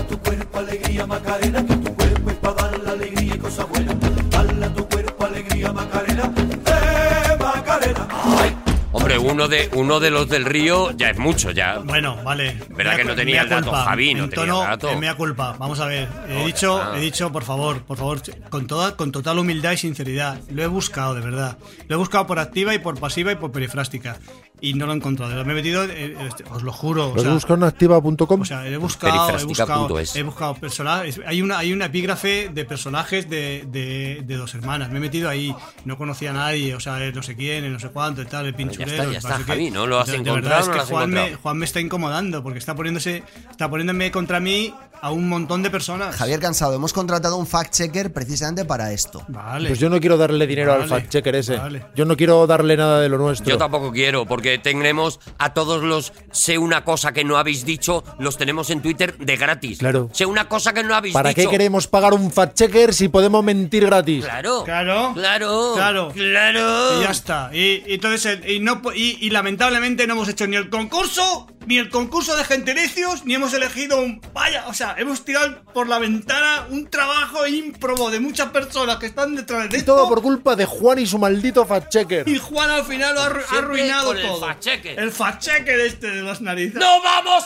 S12: tu cuerpo alegría Macarena, que tu cuerpo es para dar la alegría y cosas buenas. Hala tu cuerpo alegría Macarena, eh Macarena. Ay,
S2: Hombre, uno de, uno de los del río ya es mucho, ya.
S5: Bueno, vale.
S2: Verdad que no tenía el dato, Javi, no tenía el dato.
S5: Me eh, culpa, vamos a ver. He dicho, he dicho, por favor, por favor, con toda, con total humildad y sinceridad. Lo he buscado, de verdad. Lo he buscado por activa y por pasiva y por perifrástica. Y no lo he encontrado. Me he metido, eh, este, os lo juro. o
S3: Los
S5: sea,
S3: buscan en activa.com.
S5: o sea, he buscado, he buscado,
S2: Perifrástica.es.
S5: he buscado personajes. Hay una, hay una epígrafe de personajes de, de- de dos hermanas. Me he metido ahí. No conocía a nadie, o sea, el no sé quién, el no sé cuánto, el tal, el pinchurero.
S2: está, ya
S5: el
S2: está,
S5: no sé qué.
S2: Javi, ¿no? ¿Lo has
S5: De- de
S2: encontrado
S5: verdad es
S2: o no
S5: que
S2: lo has
S5: Juan me-
S2: encontrado?
S5: Juan me está incomodando porque está poniéndose, está poniéndome contra mí a un montón de personas.
S4: Javier Cansado, hemos contratado un fact-checker precisamente para esto.
S5: Vale.
S3: Pues yo no quiero darle dinero al
S5: Vale,
S3: fact-checker ese.
S5: vale.
S3: Yo no quiero darle nada de lo nuestro.
S2: Yo tampoco quiero, porque tenemos a todos los sé una cosa que no habéis dicho, los tenemos en Twitter de gratis.
S3: Claro.
S2: Sé una cosa que no habéis
S3: ¿Para
S2: dicho.
S3: qué queremos pagar un fact-checker si podemos mentir gratis?
S2: Claro.
S5: Claro.
S2: Claro.
S5: Claro.
S2: Claro.
S5: Y ya está. Y, y entonces, el- y, no, po- y, y lamentablemente no hemos hecho ni el concurso, ni el concurso de gentilicios, ni hemos elegido un. Vaya, o sea, hemos tirado por la ventana un trabajo ímprobo de muchas personas que están detrás de
S3: Y
S5: esto.
S3: todo por culpa de Juan y su maldito fact-checker.
S5: Y Juan al final lo ha, arru- ha
S2: Siempre
S5: arruinado
S2: con el
S5: todo.
S2: fact-checker.
S5: El fact-checker este de las narices.
S2: ¡No vamos,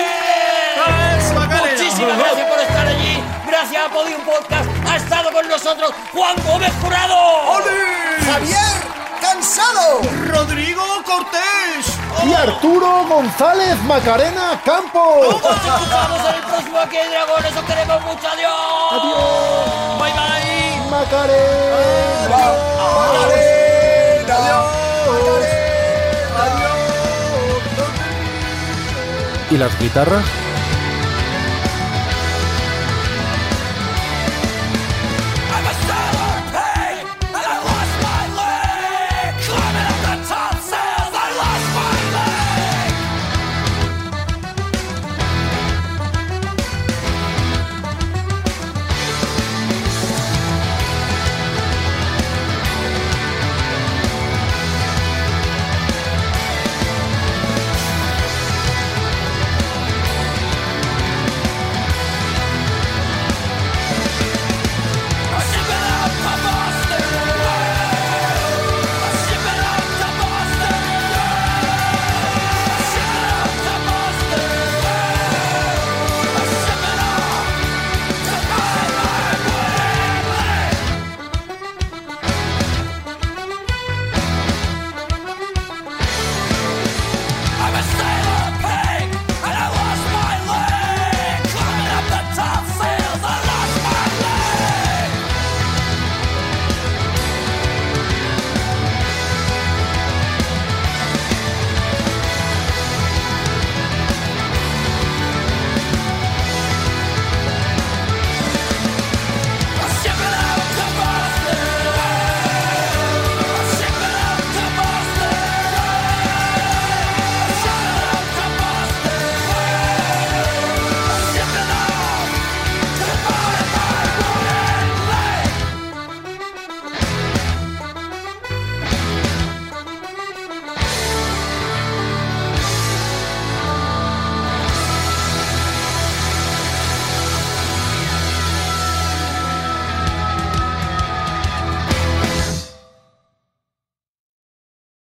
S2: señores!
S5: Macarena!
S2: Muchísimas gracias por estar allí. Gracias a Podium Podcast. Ha estado con nosotros Juan Gómez Jurado.
S4: ¡Javier Cansado!
S5: ¡Rodrigo Cortés!
S3: Y Arturo González Macarena Campos.
S2: Nos escuchamos en el próximo Aquí hay Dragones. Os queremos mucho. Adiós. Adiós. Bye bye.
S3: Macarena. ¿Y las guitarras?